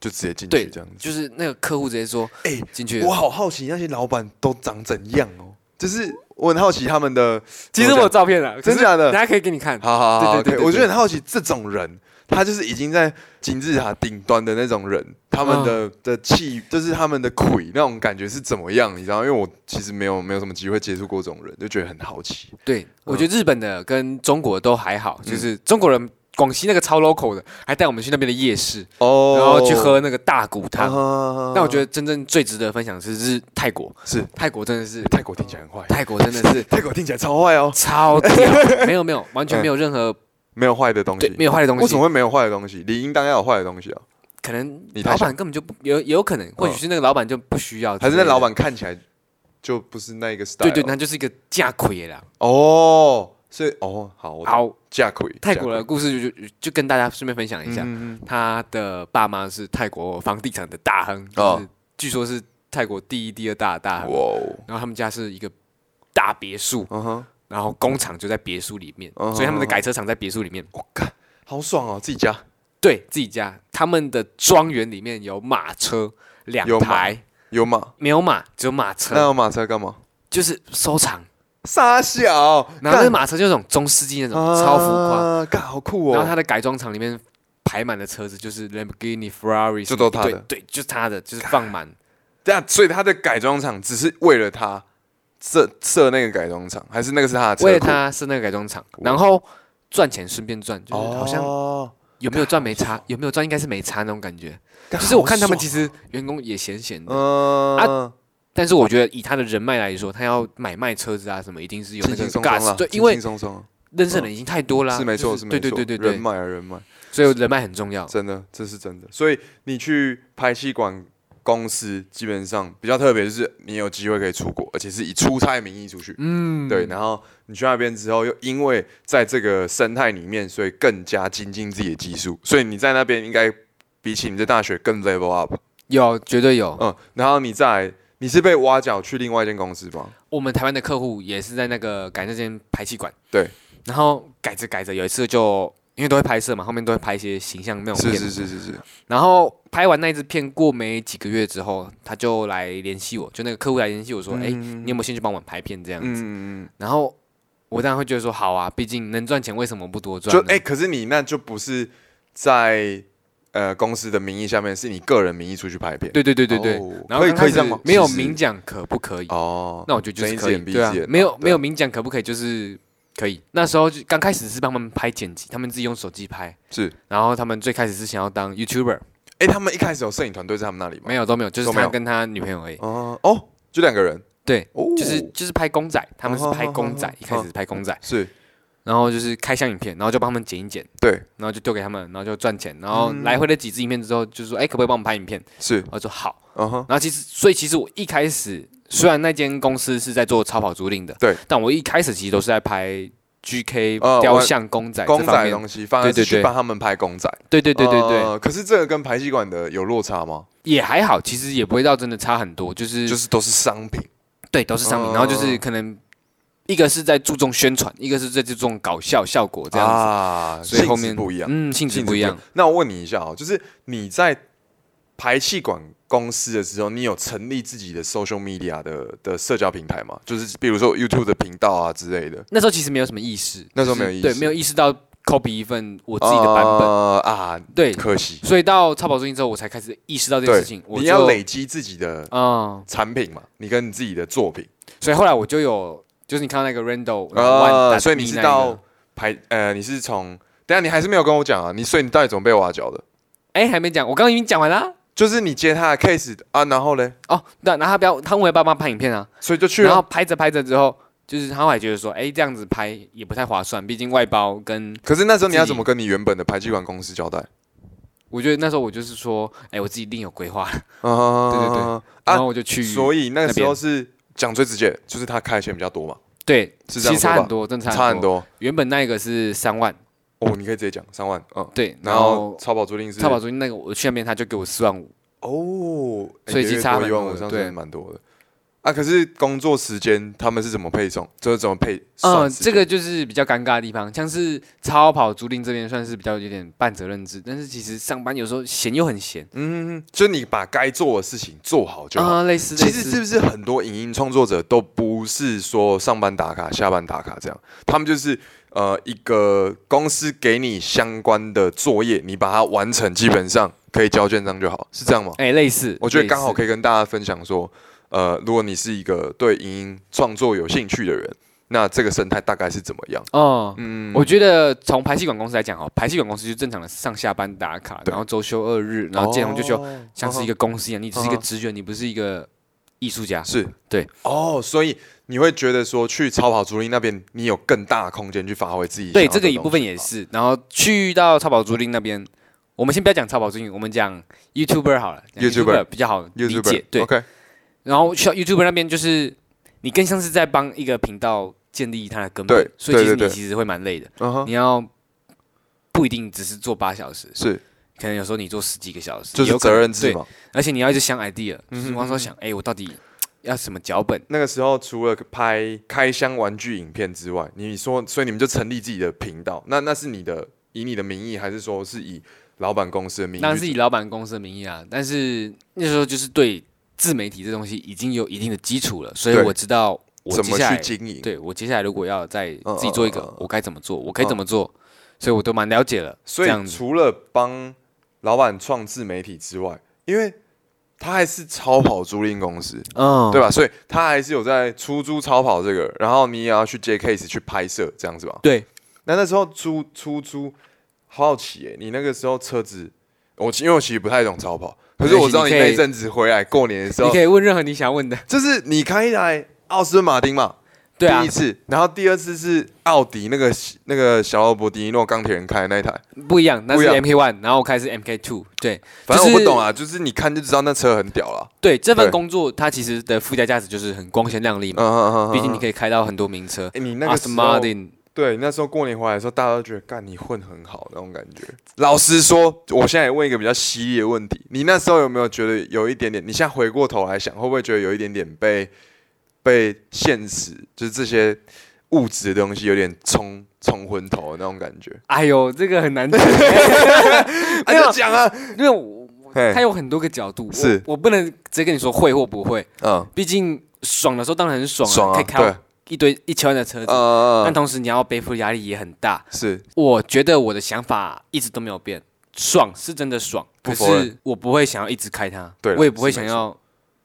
Speaker 1: 就直接进
Speaker 2: 对
Speaker 1: 去这样子。
Speaker 2: 就是那个客户直接说，
Speaker 1: 哎
Speaker 2: 进去
Speaker 1: 我好好奇那些老板都长怎样哦，就是我很好奇他们的，
Speaker 2: 其实我有照片啊了，可
Speaker 1: 真
Speaker 2: 是
Speaker 1: 假的
Speaker 2: 等下可以给你看。
Speaker 1: 好好好好，
Speaker 2: 对对对
Speaker 1: 可以
Speaker 2: 对
Speaker 1: 我就很好奇这种人，他就是已经在金字塔顶端的那种人，他们的、的气就是他们的鬼那种感觉是怎么样，你知道吗？因为我其实没有没有什么机会接触过这种人，就觉得很好奇。
Speaker 2: 对，我觉得日本的跟中国都还好，就是中国人广西那个超 local 的，还带我们去那边的夜市，
Speaker 1: 哦
Speaker 2: 然后去喝那个大骨
Speaker 1: 汤
Speaker 2: 汤。，但我觉得真正最值得分享是日泰国，
Speaker 1: 是
Speaker 2: 泰国真的是
Speaker 1: 泰国听起来很坏，
Speaker 2: 泰国真的是
Speaker 1: 泰国听起来超坏哦，
Speaker 2: 超屌，没有没有，完全没有任何
Speaker 1: 没有坏的东
Speaker 2: 对
Speaker 1: 西，
Speaker 2: 没有坏的
Speaker 1: 嗯
Speaker 2: 东
Speaker 1: 为什
Speaker 2: 西
Speaker 1: 么，会没有坏的东西？理应当要有坏的东西啊，
Speaker 2: 可能
Speaker 1: 你太
Speaker 2: 老
Speaker 1: 小嗯
Speaker 2: 板根本就不有有可能，或许是那个老板就不需要之
Speaker 1: 还
Speaker 2: 类的，
Speaker 1: 是那老板看起来就不哦是那一个 style？
Speaker 2: 对对，他就是一个架亏啦。
Speaker 1: 哦，所以哦，好，我懂
Speaker 2: 好，
Speaker 1: 架鬼
Speaker 2: 泰国的故事就就就跟大家顺便分享一下，
Speaker 1: 嗯
Speaker 2: 他的爸妈是泰国房地产的大亨，就
Speaker 1: 哦
Speaker 2: 是据说是泰国第一、第二大的大
Speaker 1: 哇
Speaker 2: 亨。
Speaker 1: 哦，
Speaker 2: 然后他们家是一个大别墅，
Speaker 1: 嗯哼，
Speaker 2: 然后工厂就在别墅里面，
Speaker 1: 嗯
Speaker 2: 所以他们的改车厂在别墅里面。
Speaker 1: 我靠，好爽哦，自己家
Speaker 2: 对自己家，他们的庄园里面有马车两
Speaker 1: 有马
Speaker 2: 台，
Speaker 1: 有马，
Speaker 2: 没有马，只有马
Speaker 1: 那
Speaker 2: 车，
Speaker 1: 有马车干嘛？
Speaker 2: 就是收藏。
Speaker 1: 傻小，
Speaker 2: 然后那
Speaker 1: 干
Speaker 2: 个马车就是那种中世纪那种超浮夸，
Speaker 1: 啊，干好酷
Speaker 2: 然后他
Speaker 1: 哦，
Speaker 2: 的改装厂里面排满了车子，就是 Lamborghini、Ferrari，
Speaker 1: 就都他的
Speaker 2: 对对，就是他的，就是放满。
Speaker 1: 这样，所以他的改装厂只是为了他设设那个改装厂，还是那个是他的车库？
Speaker 2: 为了他是那个改装厂，然后赚钱顺便赚，就是好像
Speaker 1: 哦
Speaker 2: 有没有赚 没差，有没有赚应该是没差那种感觉。
Speaker 1: 干
Speaker 2: 就是我看他们
Speaker 1: 好爽
Speaker 2: 其实员工也闲闲的，
Speaker 1: 嗯啊，
Speaker 2: 但是我觉得以他的人脉来说，他要买卖车子啊什么，一定是有那
Speaker 1: 轻轻
Speaker 2: 个
Speaker 1: 松松
Speaker 2: gas，
Speaker 1: 啦，
Speaker 2: 对，
Speaker 1: 轻
Speaker 2: 因为
Speaker 1: 轻松松
Speaker 2: 认识的人已经太多啦，
Speaker 1: 哦是没
Speaker 2: 就
Speaker 1: 错，是没错，
Speaker 2: 对对对对
Speaker 1: 人
Speaker 2: 对，
Speaker 1: 脉啊人脉，
Speaker 2: 所以人脉很重要。
Speaker 1: 真的这是真的。所以你去拍戏馆公司，基本上比较特别，就是你有机会可以出国，而且是以出差名义出去。
Speaker 2: 嗯，
Speaker 1: 对，然后你去那边之后，又因为在这个生态里面，所以更加精进自己的技术，所以你在那边应该比起你在大学更 level up。
Speaker 2: 有绝对有。
Speaker 1: 嗯，然后你再来你是被挖角去另外一间公司吗？
Speaker 2: 我们台湾的客户也是在那个改那间排气管，
Speaker 1: 对，
Speaker 2: 然后改着改着，有一次就因为都会拍摄嘛，后面都会拍一些形象那种
Speaker 1: 是
Speaker 2: 片，
Speaker 1: 是是是嗯是，
Speaker 2: 然后拍完那一支片过没几个月之后，他就来联系我，就那个客户来联系我说，哎、你有没有兴趣帮我们拍片这样子？
Speaker 1: 嗯嗯嗯
Speaker 2: 然后我当然会觉得说，好啊，毕竟能赚钱，为什么不多
Speaker 1: 嗯，
Speaker 2: 赚
Speaker 1: 就
Speaker 2: 呢？
Speaker 1: 哎、可是你那就不是在呃公司的名义下面，是你个人名义出去拍片。
Speaker 2: 对对对对对，
Speaker 1: 哦
Speaker 2: 然后
Speaker 1: 可以
Speaker 2: 刚开
Speaker 1: 可以这样
Speaker 2: 始
Speaker 1: 吗
Speaker 2: 没有
Speaker 1: 其实
Speaker 2: 明讲可不可以？
Speaker 1: 哦，
Speaker 2: 那我觉得就
Speaker 1: 睁一
Speaker 2: 是可
Speaker 1: 只
Speaker 2: 以，
Speaker 1: 眼闭一
Speaker 2: 对啊
Speaker 1: 只眼，
Speaker 2: 没有
Speaker 1: 啊
Speaker 2: 没有明讲可不可以，就是可以。那时候就刚开始是帮他们拍剪辑，他们自己用手机拍，
Speaker 1: 是。
Speaker 2: 然后他们最开始是想要当 YouTuber，
Speaker 1: 哎、他们一开始有摄影团队在他们那里吗？
Speaker 2: 没有都没有，就是
Speaker 1: 都没
Speaker 2: 他
Speaker 1: 有
Speaker 2: 跟他女朋友而已。
Speaker 1: 哦哦，就两个人。
Speaker 2: 对，
Speaker 1: 哦，
Speaker 2: 就是就是拍公仔，他们是
Speaker 1: 哦
Speaker 2: 拍
Speaker 1: 哦
Speaker 2: 公
Speaker 1: 哦
Speaker 2: 仔
Speaker 1: 哦，
Speaker 2: 一开始是拍公仔，
Speaker 1: 是
Speaker 2: 然后就是开箱影片，然后就帮他们剪一剪，
Speaker 1: 对
Speaker 2: 然后就丢给他们，然后就赚钱，然后
Speaker 1: 嗯
Speaker 2: 来回了几支影片之后，就说哎，可不可以帮我们拍影片？
Speaker 1: 是，
Speaker 2: 我说好。
Speaker 1: 嗯哼，
Speaker 2: 然后其实，所以其实我一开始虽然那间公司是在做超跑租赁的，
Speaker 1: 对，
Speaker 2: 但我一开始其实都是在拍 GK
Speaker 1: 呃
Speaker 2: 雕像、公仔这
Speaker 1: 公
Speaker 2: 方
Speaker 1: 仔的
Speaker 2: 面。
Speaker 1: 东西，反而
Speaker 2: 对对
Speaker 1: 是去
Speaker 2: 对
Speaker 1: 帮他们拍公仔。
Speaker 2: 对对对对对，
Speaker 1: 呃可是这个跟排气管的有落差吗？
Speaker 2: 也还好，其实也不会到真的差很多，就是
Speaker 1: 就是都是商品。
Speaker 2: 对，都是商品，
Speaker 1: 嗯
Speaker 2: 然后就是可能一个是在注重宣传，一个是在注重搞笑效果这样子，
Speaker 1: 啊，
Speaker 2: 所以后面
Speaker 1: 性质不一样，
Speaker 2: 嗯，性质不一样。。
Speaker 1: 那我问你一下哦，就是你在排气管公司的时候，你有成立自己的 social media 的的社交平台吗？就是比如说 YouTube 的频道啊之类的。
Speaker 2: 那时候其实没有什么意识，
Speaker 1: 那时候没有
Speaker 2: 就是
Speaker 1: 意识
Speaker 2: 对，没有意识到 copy 一份我自己的版本，
Speaker 1: 呃啊，
Speaker 2: 对，
Speaker 1: 可惜。
Speaker 2: 所以到超跑租赁之后，我才开始意识到这件
Speaker 1: 对
Speaker 2: 事情，，我
Speaker 1: 你要
Speaker 2: 就
Speaker 1: 累积自己的
Speaker 2: 嗯。
Speaker 1: 产品嘛，你跟你自己的作品
Speaker 2: 所以后来我就有，就是你看到那个 Randall，
Speaker 1: 啊，所以你是到排呃，你是从等一下你还是没有跟我讲啊，你所以你到底怎么被挖角的？
Speaker 2: 哎还没讲，我刚刚已经讲完啦。
Speaker 1: 就是你接他的 case 啊，然后嘞，
Speaker 2: 哦，对，然后他不要，他问我要不要帮他拍影片啊，
Speaker 1: 所以就去
Speaker 2: 然后
Speaker 1: 了。
Speaker 2: 拍着拍着之后，就是他后来觉得说，哎这样子拍也不太划算，毕竟外包跟
Speaker 1: 可是那时候你要
Speaker 2: 自己
Speaker 1: 怎么跟你原本的排气管公司交代？
Speaker 2: 我觉得那时候我就是说，哎我自己另有规划，
Speaker 1: 啊，
Speaker 2: 对对
Speaker 1: 对
Speaker 2: 然
Speaker 1: 啊，
Speaker 2: 后我就去，
Speaker 1: 所以那
Speaker 2: 那
Speaker 1: 个时
Speaker 2: 边
Speaker 1: 候是讲最直接，就是他开的钱比较多嘛，
Speaker 2: 对，
Speaker 1: 是
Speaker 2: 其
Speaker 1: 这样
Speaker 2: 实
Speaker 1: 说
Speaker 2: 差
Speaker 1: 吧
Speaker 2: 很多，真的
Speaker 1: 差
Speaker 2: 差
Speaker 1: 很。多
Speaker 2: 原本那一个是三万，
Speaker 1: 哦，你可以直接讲三万，嗯，
Speaker 2: 对，然
Speaker 1: 然后
Speaker 2: 后
Speaker 1: 超跑租赁是
Speaker 2: 超跑租赁那个我去那边他就给我四万五，
Speaker 1: 哦，
Speaker 2: 所以其实差很
Speaker 1: 一
Speaker 2: 多
Speaker 1: 万五上
Speaker 2: 对
Speaker 1: 算蛮多的。啊，可是工作时间他们是怎么配送？就是怎么配？
Speaker 2: 嗯，
Speaker 1: 算时
Speaker 2: 这
Speaker 1: 间
Speaker 2: 个就是比较尴尬的地方，像是超跑租赁这边算是比较有点半责任制，但是其实上班有时候闲又很闲
Speaker 1: 嗯，就你把该做的事情做好就好。
Speaker 2: 啊、类似
Speaker 1: 其
Speaker 2: 类似。
Speaker 1: 实是不是很多影音创作者都不是说上班打卡、下班打卡这样，他们就是呃一个公司给你相关的作业，你把它完成，基本上可以交卷章就好，是这样吗？
Speaker 2: 哎、类似，
Speaker 1: 我觉得刚好
Speaker 2: 以。
Speaker 1: 可以跟大家分享说，呃，如果你是一个对影音创作有兴趣的人，那这个生态大概是怎么样？
Speaker 2: 哦，
Speaker 1: 嗯，
Speaker 2: 我觉得从排气管公司来讲哦，排气管公司就正常的上下班打卡，
Speaker 1: 对
Speaker 2: 然后周休二日，然后见红就休，
Speaker 1: 哦嗯
Speaker 2: 像是一个公司一样，你只是一个职员，你不是一个艺术家。
Speaker 1: 是，
Speaker 2: 对，
Speaker 1: 哦，所以你会觉得说去超跑租赁那边，你有更大的空间去发挥自己。
Speaker 2: 对，这个一部分也。是。然后去到超跑租赁那边，我们先不要讲超跑租赁，我们讲 YouTuber 好了讲
Speaker 1: YouTuber
Speaker 2: 比较好理
Speaker 1: YouTuber
Speaker 2: 解。对，
Speaker 1: ，OK，
Speaker 2: 然后去到 YouTuber 那边，就是你更像是在帮一个频道建立它的根
Speaker 1: 对
Speaker 2: 本，所以其实
Speaker 1: 对对对
Speaker 2: 你其实会蛮累的，
Speaker 1: 嗯哼，
Speaker 2: 你要。不一定只是做八小时，
Speaker 1: 是，
Speaker 2: 可能有时候你做十几个小时，
Speaker 1: 就是
Speaker 2: 有可能
Speaker 1: 责任制
Speaker 2: 对
Speaker 1: 嘛。
Speaker 2: 而且你要一直想 idea，就
Speaker 1: 嗯
Speaker 2: 是
Speaker 1: 哼
Speaker 2: 往上想，哎、我到底要什么脚本？
Speaker 1: 那个时候除了拍开箱玩具影片之外，你说，所以你们就成立自己的频道，那那是你的以你的名义，还是说是以老板公司的名义去？
Speaker 2: 当然是以老板公司的名义啊，但是那时候就是对自媒体这东西已经有一定的基础了，所以
Speaker 1: 对
Speaker 2: 我知道我
Speaker 1: 怎
Speaker 2: 接
Speaker 1: 么
Speaker 2: 下
Speaker 1: 去
Speaker 2: 来，
Speaker 1: 经营？
Speaker 2: 对我接下来如果要再
Speaker 1: 嗯
Speaker 2: 自己做一个，
Speaker 1: 嗯嗯嗯
Speaker 2: 我该怎么做，我可以怎么做，所以我都蛮了解了。
Speaker 1: 所
Speaker 2: 这样
Speaker 1: 以
Speaker 2: 子，
Speaker 1: 除了帮老板创自媒体之外，因为他还是超跑租赁公司，
Speaker 2: 嗯
Speaker 1: 对吧？所以他还是有在出租超跑这个，然后你也要去接 case 去拍摄，这样子吧？
Speaker 2: 对，
Speaker 1: 那那时候出出租，好奇耶、你那个时候车子，我其因为我其实不太懂超跑，可是我知道你
Speaker 2: 没关
Speaker 1: 那
Speaker 2: 系你可以
Speaker 1: 一阵子回来过年的时
Speaker 2: 你
Speaker 1: 候
Speaker 2: 可，以问任何你想问的。
Speaker 1: 就是你开一台奥斯顿马丁嘛，
Speaker 2: 对啊
Speaker 1: 第一，次，然后第二次是奥迪那个那个小罗伯迪诺钢铁人开的那一台，
Speaker 2: 不一样，那是
Speaker 1: 不一样
Speaker 2: MK One，然后我开始 MK Two，对
Speaker 1: 反正我
Speaker 2: 就
Speaker 1: 不
Speaker 2: 是
Speaker 1: 懂啊，就是你看就知道那车很屌了，
Speaker 2: 对，这份
Speaker 1: 对
Speaker 2: 工作它其实的附加价值就是很光鲜亮丽
Speaker 1: 嗯
Speaker 2: 嘛，
Speaker 1: 嗯嗯，
Speaker 2: 毕竟你啊
Speaker 1: 以，
Speaker 2: 可以开到很多名车
Speaker 1: 哎，你那个时
Speaker 2: ，Aston
Speaker 1: 候，
Speaker 2: Martin，
Speaker 1: 对，那时候过年回来的时候，大家都觉得干你混很好那种感觉。老实说，我现在也问一个比较犀利的问题，你那时候有没有觉得有一点点？你现在回过头来想，会不会觉得有一点点被被现实，就是这些物质的东西有点冲冲昏头的那种感觉？
Speaker 2: 哎呦，这个很 难讲，
Speaker 1: 啊，
Speaker 2: 没有
Speaker 1: 就讲啊，
Speaker 2: 因为我它
Speaker 1: 嘿，
Speaker 2: 有很多个角度，我
Speaker 1: 是
Speaker 2: 我不能直接跟你说会或不会，
Speaker 1: 嗯，
Speaker 2: 毕竟爽的时候当然很爽啊，
Speaker 1: 爽啊
Speaker 2: 可以开
Speaker 1: 对
Speaker 2: 一堆一千万的车子，
Speaker 1: 呃
Speaker 2: 但，同时你要背负的压力也很大。
Speaker 1: 是
Speaker 2: 我觉得我的想法一直都没有变，爽是真的爽，
Speaker 1: 不
Speaker 2: 可
Speaker 1: 否认
Speaker 2: 是我不会想要一直开它，
Speaker 1: 对啦
Speaker 2: 我也不会
Speaker 1: 是
Speaker 2: 想
Speaker 1: 没
Speaker 2: 要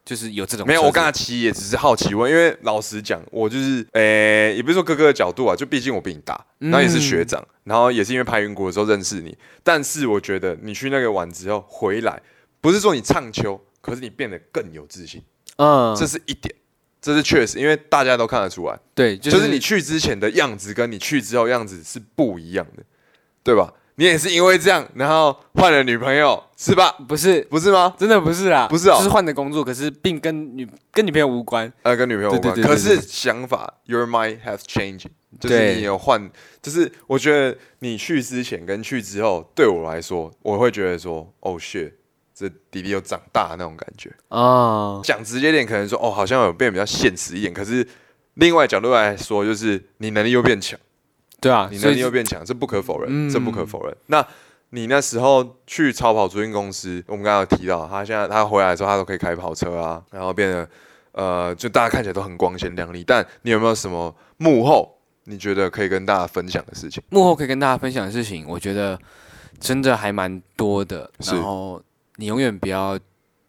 Speaker 2: 就是有这种
Speaker 1: 没有，
Speaker 2: 车子
Speaker 1: 我刚才其实也哦只是好奇问，因为老实讲，我就是诶、也不是说哥哥的角度啊，就毕竟我比你大，然后也是学长，然后也是因为拍云谷的时候认识你。但是我觉得你去那个玩之后回来，不是说你唱秋，可是你变得更有自信，
Speaker 2: 嗯，
Speaker 1: 这是一点，这是确实，因为大家都看得出来，
Speaker 2: 对，就、
Speaker 1: 就是是、你去之前的样子跟你去之后样子是不一样的，对吧？你也是因为这样，然后换了女朋友，是吧？
Speaker 2: 不是
Speaker 1: 不是吗？
Speaker 2: 真的不是啦，
Speaker 1: 不是哦
Speaker 2: 就是换的工作，可是并跟女跟女朋友无关，
Speaker 1: 呃，跟女朋友无关。
Speaker 2: 对对对对
Speaker 1: 可是想法，your mind has changed，就是
Speaker 2: 对
Speaker 1: 你有换，就是我觉得你去之前跟去之后，对我来说，我会觉得说，哦、shit，这弟弟有长大那种感觉。
Speaker 2: 哦，
Speaker 1: 讲直接点，可能说，哦，好像有变比较现实一点。可是另外角度来说，就是你能力又变强，
Speaker 2: 对啊，
Speaker 1: 你
Speaker 2: 所
Speaker 1: 能
Speaker 2: 以
Speaker 1: 力又变强，这不可否认，
Speaker 2: 嗯
Speaker 1: 这不可否认。那你那时候去超跑租赁公司，我们刚刚有提到，他现在他回来的时候，他都可以开跑车啊，然后变得呃，就大家看起来都很光鲜亮丽。但你有没有什么幕后你觉得可以跟大家分享的事情？
Speaker 2: 幕后可以跟大家分享的事情，我觉得真的还蛮多的。
Speaker 1: 是
Speaker 2: 然后你永远不要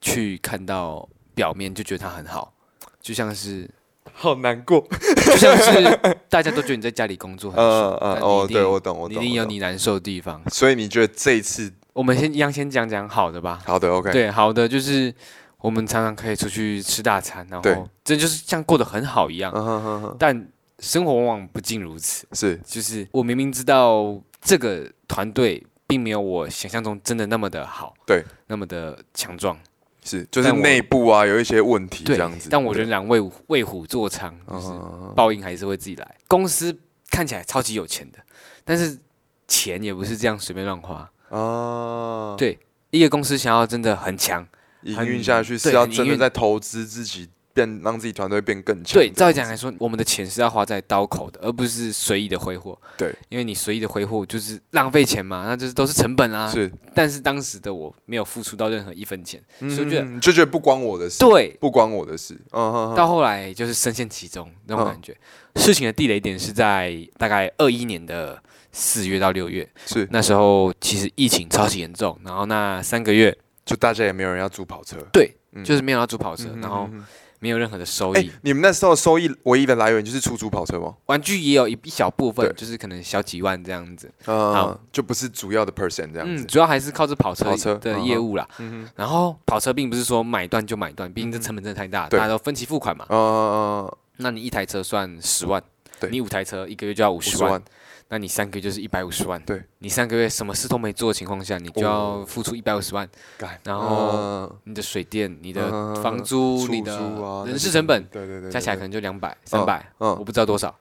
Speaker 2: 去看到表面就觉得它很好，就像是
Speaker 1: 好难 过，
Speaker 2: 就像是大家都觉得你在家里工作 很
Speaker 1: 呃
Speaker 2: 爽，
Speaker 1: 呃
Speaker 2: 但你
Speaker 1: 哦，
Speaker 2: 一定
Speaker 1: 对我懂我
Speaker 2: 你
Speaker 1: 懂，
Speaker 2: 一定有
Speaker 1: 我懂
Speaker 2: 你难受的地方。
Speaker 1: 所以你觉得这一次
Speaker 2: 我们先一样先讲讲好的吧。
Speaker 1: 好的 OK，
Speaker 2: 对，好的就是我们常常可以出去吃大餐，然
Speaker 1: 对
Speaker 2: 后这就是像过得很好一样，
Speaker 1: 嗯哼哼哼，
Speaker 2: 但生活往往不尽如此。
Speaker 1: 是
Speaker 2: 就是我明明知道这个团队并没有我想象中真的那么的好，
Speaker 1: 对，
Speaker 2: 那么的强壮，
Speaker 1: 是，就是
Speaker 2: 但我
Speaker 1: 内部啊有一些问题这
Speaker 2: 对
Speaker 1: 样子，，
Speaker 2: 但我
Speaker 1: 对
Speaker 2: 仍然为虎为虎作伥，就是
Speaker 1: 嗯
Speaker 2: 报应还是会自己来。公司看起来超级有钱的，但是钱也不是这样随便乱花。
Speaker 1: 啊，
Speaker 2: 对一个公司想要真的很强，
Speaker 1: 营
Speaker 2: 很
Speaker 1: 运下去是
Speaker 2: 对
Speaker 1: 要
Speaker 2: 很营
Speaker 1: 真的
Speaker 2: 运
Speaker 1: 在投资自己变让自己团队变更强。
Speaker 2: 对，照理
Speaker 1: 这样
Speaker 2: 讲
Speaker 1: 子
Speaker 2: 来说，我们的钱是要花在刀口的，而不是随意的挥霍。
Speaker 1: 对，
Speaker 2: 因为你随意的挥霍就是浪费钱嘛，那就是都是成本啊。
Speaker 1: 是，
Speaker 2: 但是当时的我没有付出到任何一分钱，所以我觉得
Speaker 1: 嗯就觉得不关我的事，
Speaker 2: 对。
Speaker 1: 不关我的事。嗯哼哼，
Speaker 2: 到后来就是深陷其中那
Speaker 1: 嗯
Speaker 2: 种感觉。事情的地雷点是在大概二一年的四月到六月，
Speaker 1: 是，
Speaker 2: 那时候其实疫情超级严重，然后那三个月
Speaker 1: 就大家也没有人要租跑车，
Speaker 2: 对，
Speaker 1: 嗯
Speaker 2: 就是没有要租跑车，
Speaker 1: 嗯哼
Speaker 2: 然后
Speaker 1: 哼哼
Speaker 2: 没有任何的收
Speaker 1: 哎、
Speaker 2: 益。
Speaker 1: 你们那时候收益唯一的来源就是出租跑车吗？
Speaker 2: 玩具也有一一小部分
Speaker 1: 对，
Speaker 2: 就是可能小几万这样子。
Speaker 1: 嗯
Speaker 2: 好，
Speaker 1: 就不是主要的 person 这样子。
Speaker 2: 嗯，主要还是靠这跑车
Speaker 1: 跑车
Speaker 2: 的
Speaker 1: 嗯
Speaker 2: 业
Speaker 1: 哼
Speaker 2: 务啦。
Speaker 1: 嗯哼
Speaker 2: 然后跑车并不是说买断就买断，毕竟这
Speaker 1: 嗯哼
Speaker 2: 成本真的太大，
Speaker 1: 对
Speaker 2: 大家都分期付款嘛。
Speaker 1: 呃，
Speaker 2: 那你一台车算十万，
Speaker 1: 对
Speaker 2: 你五台车一个月就要五
Speaker 1: 五
Speaker 2: 十
Speaker 1: 十
Speaker 2: 万，
Speaker 1: 万，
Speaker 2: 那你三个月就是一百五十万。
Speaker 1: 对，
Speaker 2: 你三个月什么事都没做的情况下，你就要
Speaker 1: 哦
Speaker 2: 付出一百五十万，
Speaker 1: 干
Speaker 2: 然后
Speaker 1: 呃
Speaker 2: 你的水电、你的
Speaker 1: 嗯
Speaker 2: 房租、
Speaker 1: 出
Speaker 2: 你
Speaker 1: 租啊
Speaker 2: 的
Speaker 1: 那
Speaker 2: 人事
Speaker 1: 些
Speaker 2: 成本，
Speaker 1: 对对对，
Speaker 2: 加起来可
Speaker 1: 以。
Speaker 2: 能就两百、三百，
Speaker 1: 嗯
Speaker 2: 我不知道多少。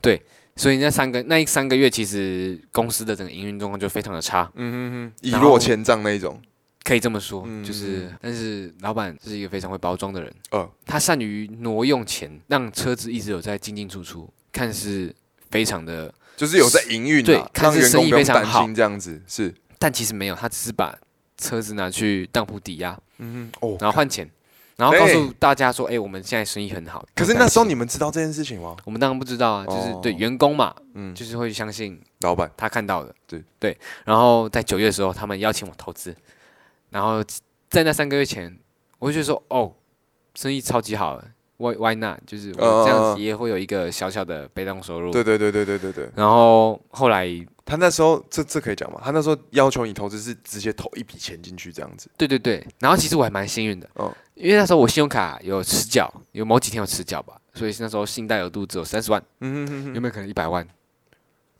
Speaker 2: 对，所以那三个那一三个月，其实公司的整个营运状况就非常的差，
Speaker 1: 嗯哼哼，一
Speaker 2: 然后
Speaker 1: 落千丈那一种。
Speaker 2: 可以这么说。就是
Speaker 1: 嗯，
Speaker 2: 但是老板是一个非常会包装的人，
Speaker 1: 呃，
Speaker 2: 他善于挪用钱，让车子一直有在进进出出，看似非常的，
Speaker 1: 就是有在营运啊，
Speaker 2: 对看
Speaker 1: 让
Speaker 2: 似
Speaker 1: 员
Speaker 2: 生
Speaker 1: 工
Speaker 2: 意
Speaker 1: 不用
Speaker 2: 非常
Speaker 1: 担
Speaker 2: 好
Speaker 1: 心这样子是。
Speaker 2: 但其实没有，他只是把车子拿去当铺抵押，
Speaker 1: 嗯哼，哦。
Speaker 2: 然后换钱，然后
Speaker 1: 对
Speaker 2: 告诉大家说，哎、我们现在生意很好。
Speaker 1: 可是
Speaker 2: 不用
Speaker 1: 那时候
Speaker 2: 担
Speaker 1: 你
Speaker 2: 心
Speaker 1: 们知道这件事情吗？
Speaker 2: 我们当然不知道啊，就是、
Speaker 1: 哦
Speaker 2: 对员工嘛，
Speaker 1: 嗯，
Speaker 2: 就是会相信
Speaker 1: 老板，
Speaker 2: 他看到的。
Speaker 1: 对
Speaker 2: 对，然后在九月的时候，他们邀请我投资，然后在那三个月前，我就觉得说，哦，生意超级好了，why why not？就是我这样
Speaker 1: 嗯嗯嗯
Speaker 2: 子也会有一个小小的被动收入。
Speaker 1: 对对对对对对对，
Speaker 2: 然后后来，
Speaker 1: 他那时候这这可以讲吗？他那时候要求你投资是直接投一笔钱进去这样子，
Speaker 2: 对对对，然后其实我还蛮幸运的，
Speaker 1: 哦
Speaker 2: 因为那时候我信用卡有迟缴，有某几天有迟缴吧，所以那时候信贷额度只有三十万，
Speaker 1: 嗯哼哼
Speaker 2: 有没有可能一百万？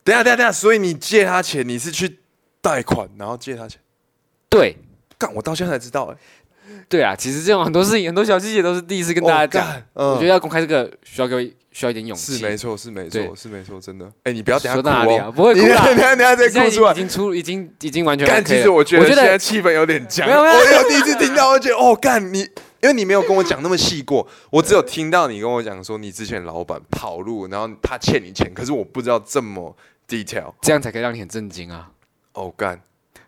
Speaker 1: 等一下等一下等一下，所以你借他钱，你是去贷款然后借他钱，
Speaker 2: 对
Speaker 1: 干，我到现在才知道、欸，
Speaker 2: 对啊，其实这种很多事情、很多小细节都是第一次跟大家讲。
Speaker 1: 哦，干
Speaker 2: 我觉得
Speaker 1: 嗯
Speaker 2: 要公开这个需要各位需要一点勇气。
Speaker 1: 是没错，是没
Speaker 2: 对
Speaker 1: 错，是没错，真的。哎、你不要等一下
Speaker 2: 说
Speaker 1: 哭
Speaker 2: 到哪里啊？
Speaker 1: 哦，
Speaker 2: 不会
Speaker 1: 你
Speaker 2: 哭
Speaker 1: 等一
Speaker 2: 啦
Speaker 1: 下等一下等一下
Speaker 2: 现在
Speaker 1: 再哭出
Speaker 2: 已
Speaker 1: 来。
Speaker 2: 经出，已经已经完全 OK 了。
Speaker 1: 干，其实我觉得
Speaker 2: 我觉
Speaker 1: 现
Speaker 2: 得
Speaker 1: 在气氛有点僵，
Speaker 2: 没有没有
Speaker 1: 我有第一次听到，我觉得哦，干你，因为你没有跟我讲那么细过，我只有听到你跟我讲说你之前老板跑路，然后他欠你钱，可是我不知道这么 detail。
Speaker 2: 这样才可以让你很震惊啊。
Speaker 1: 哦，干，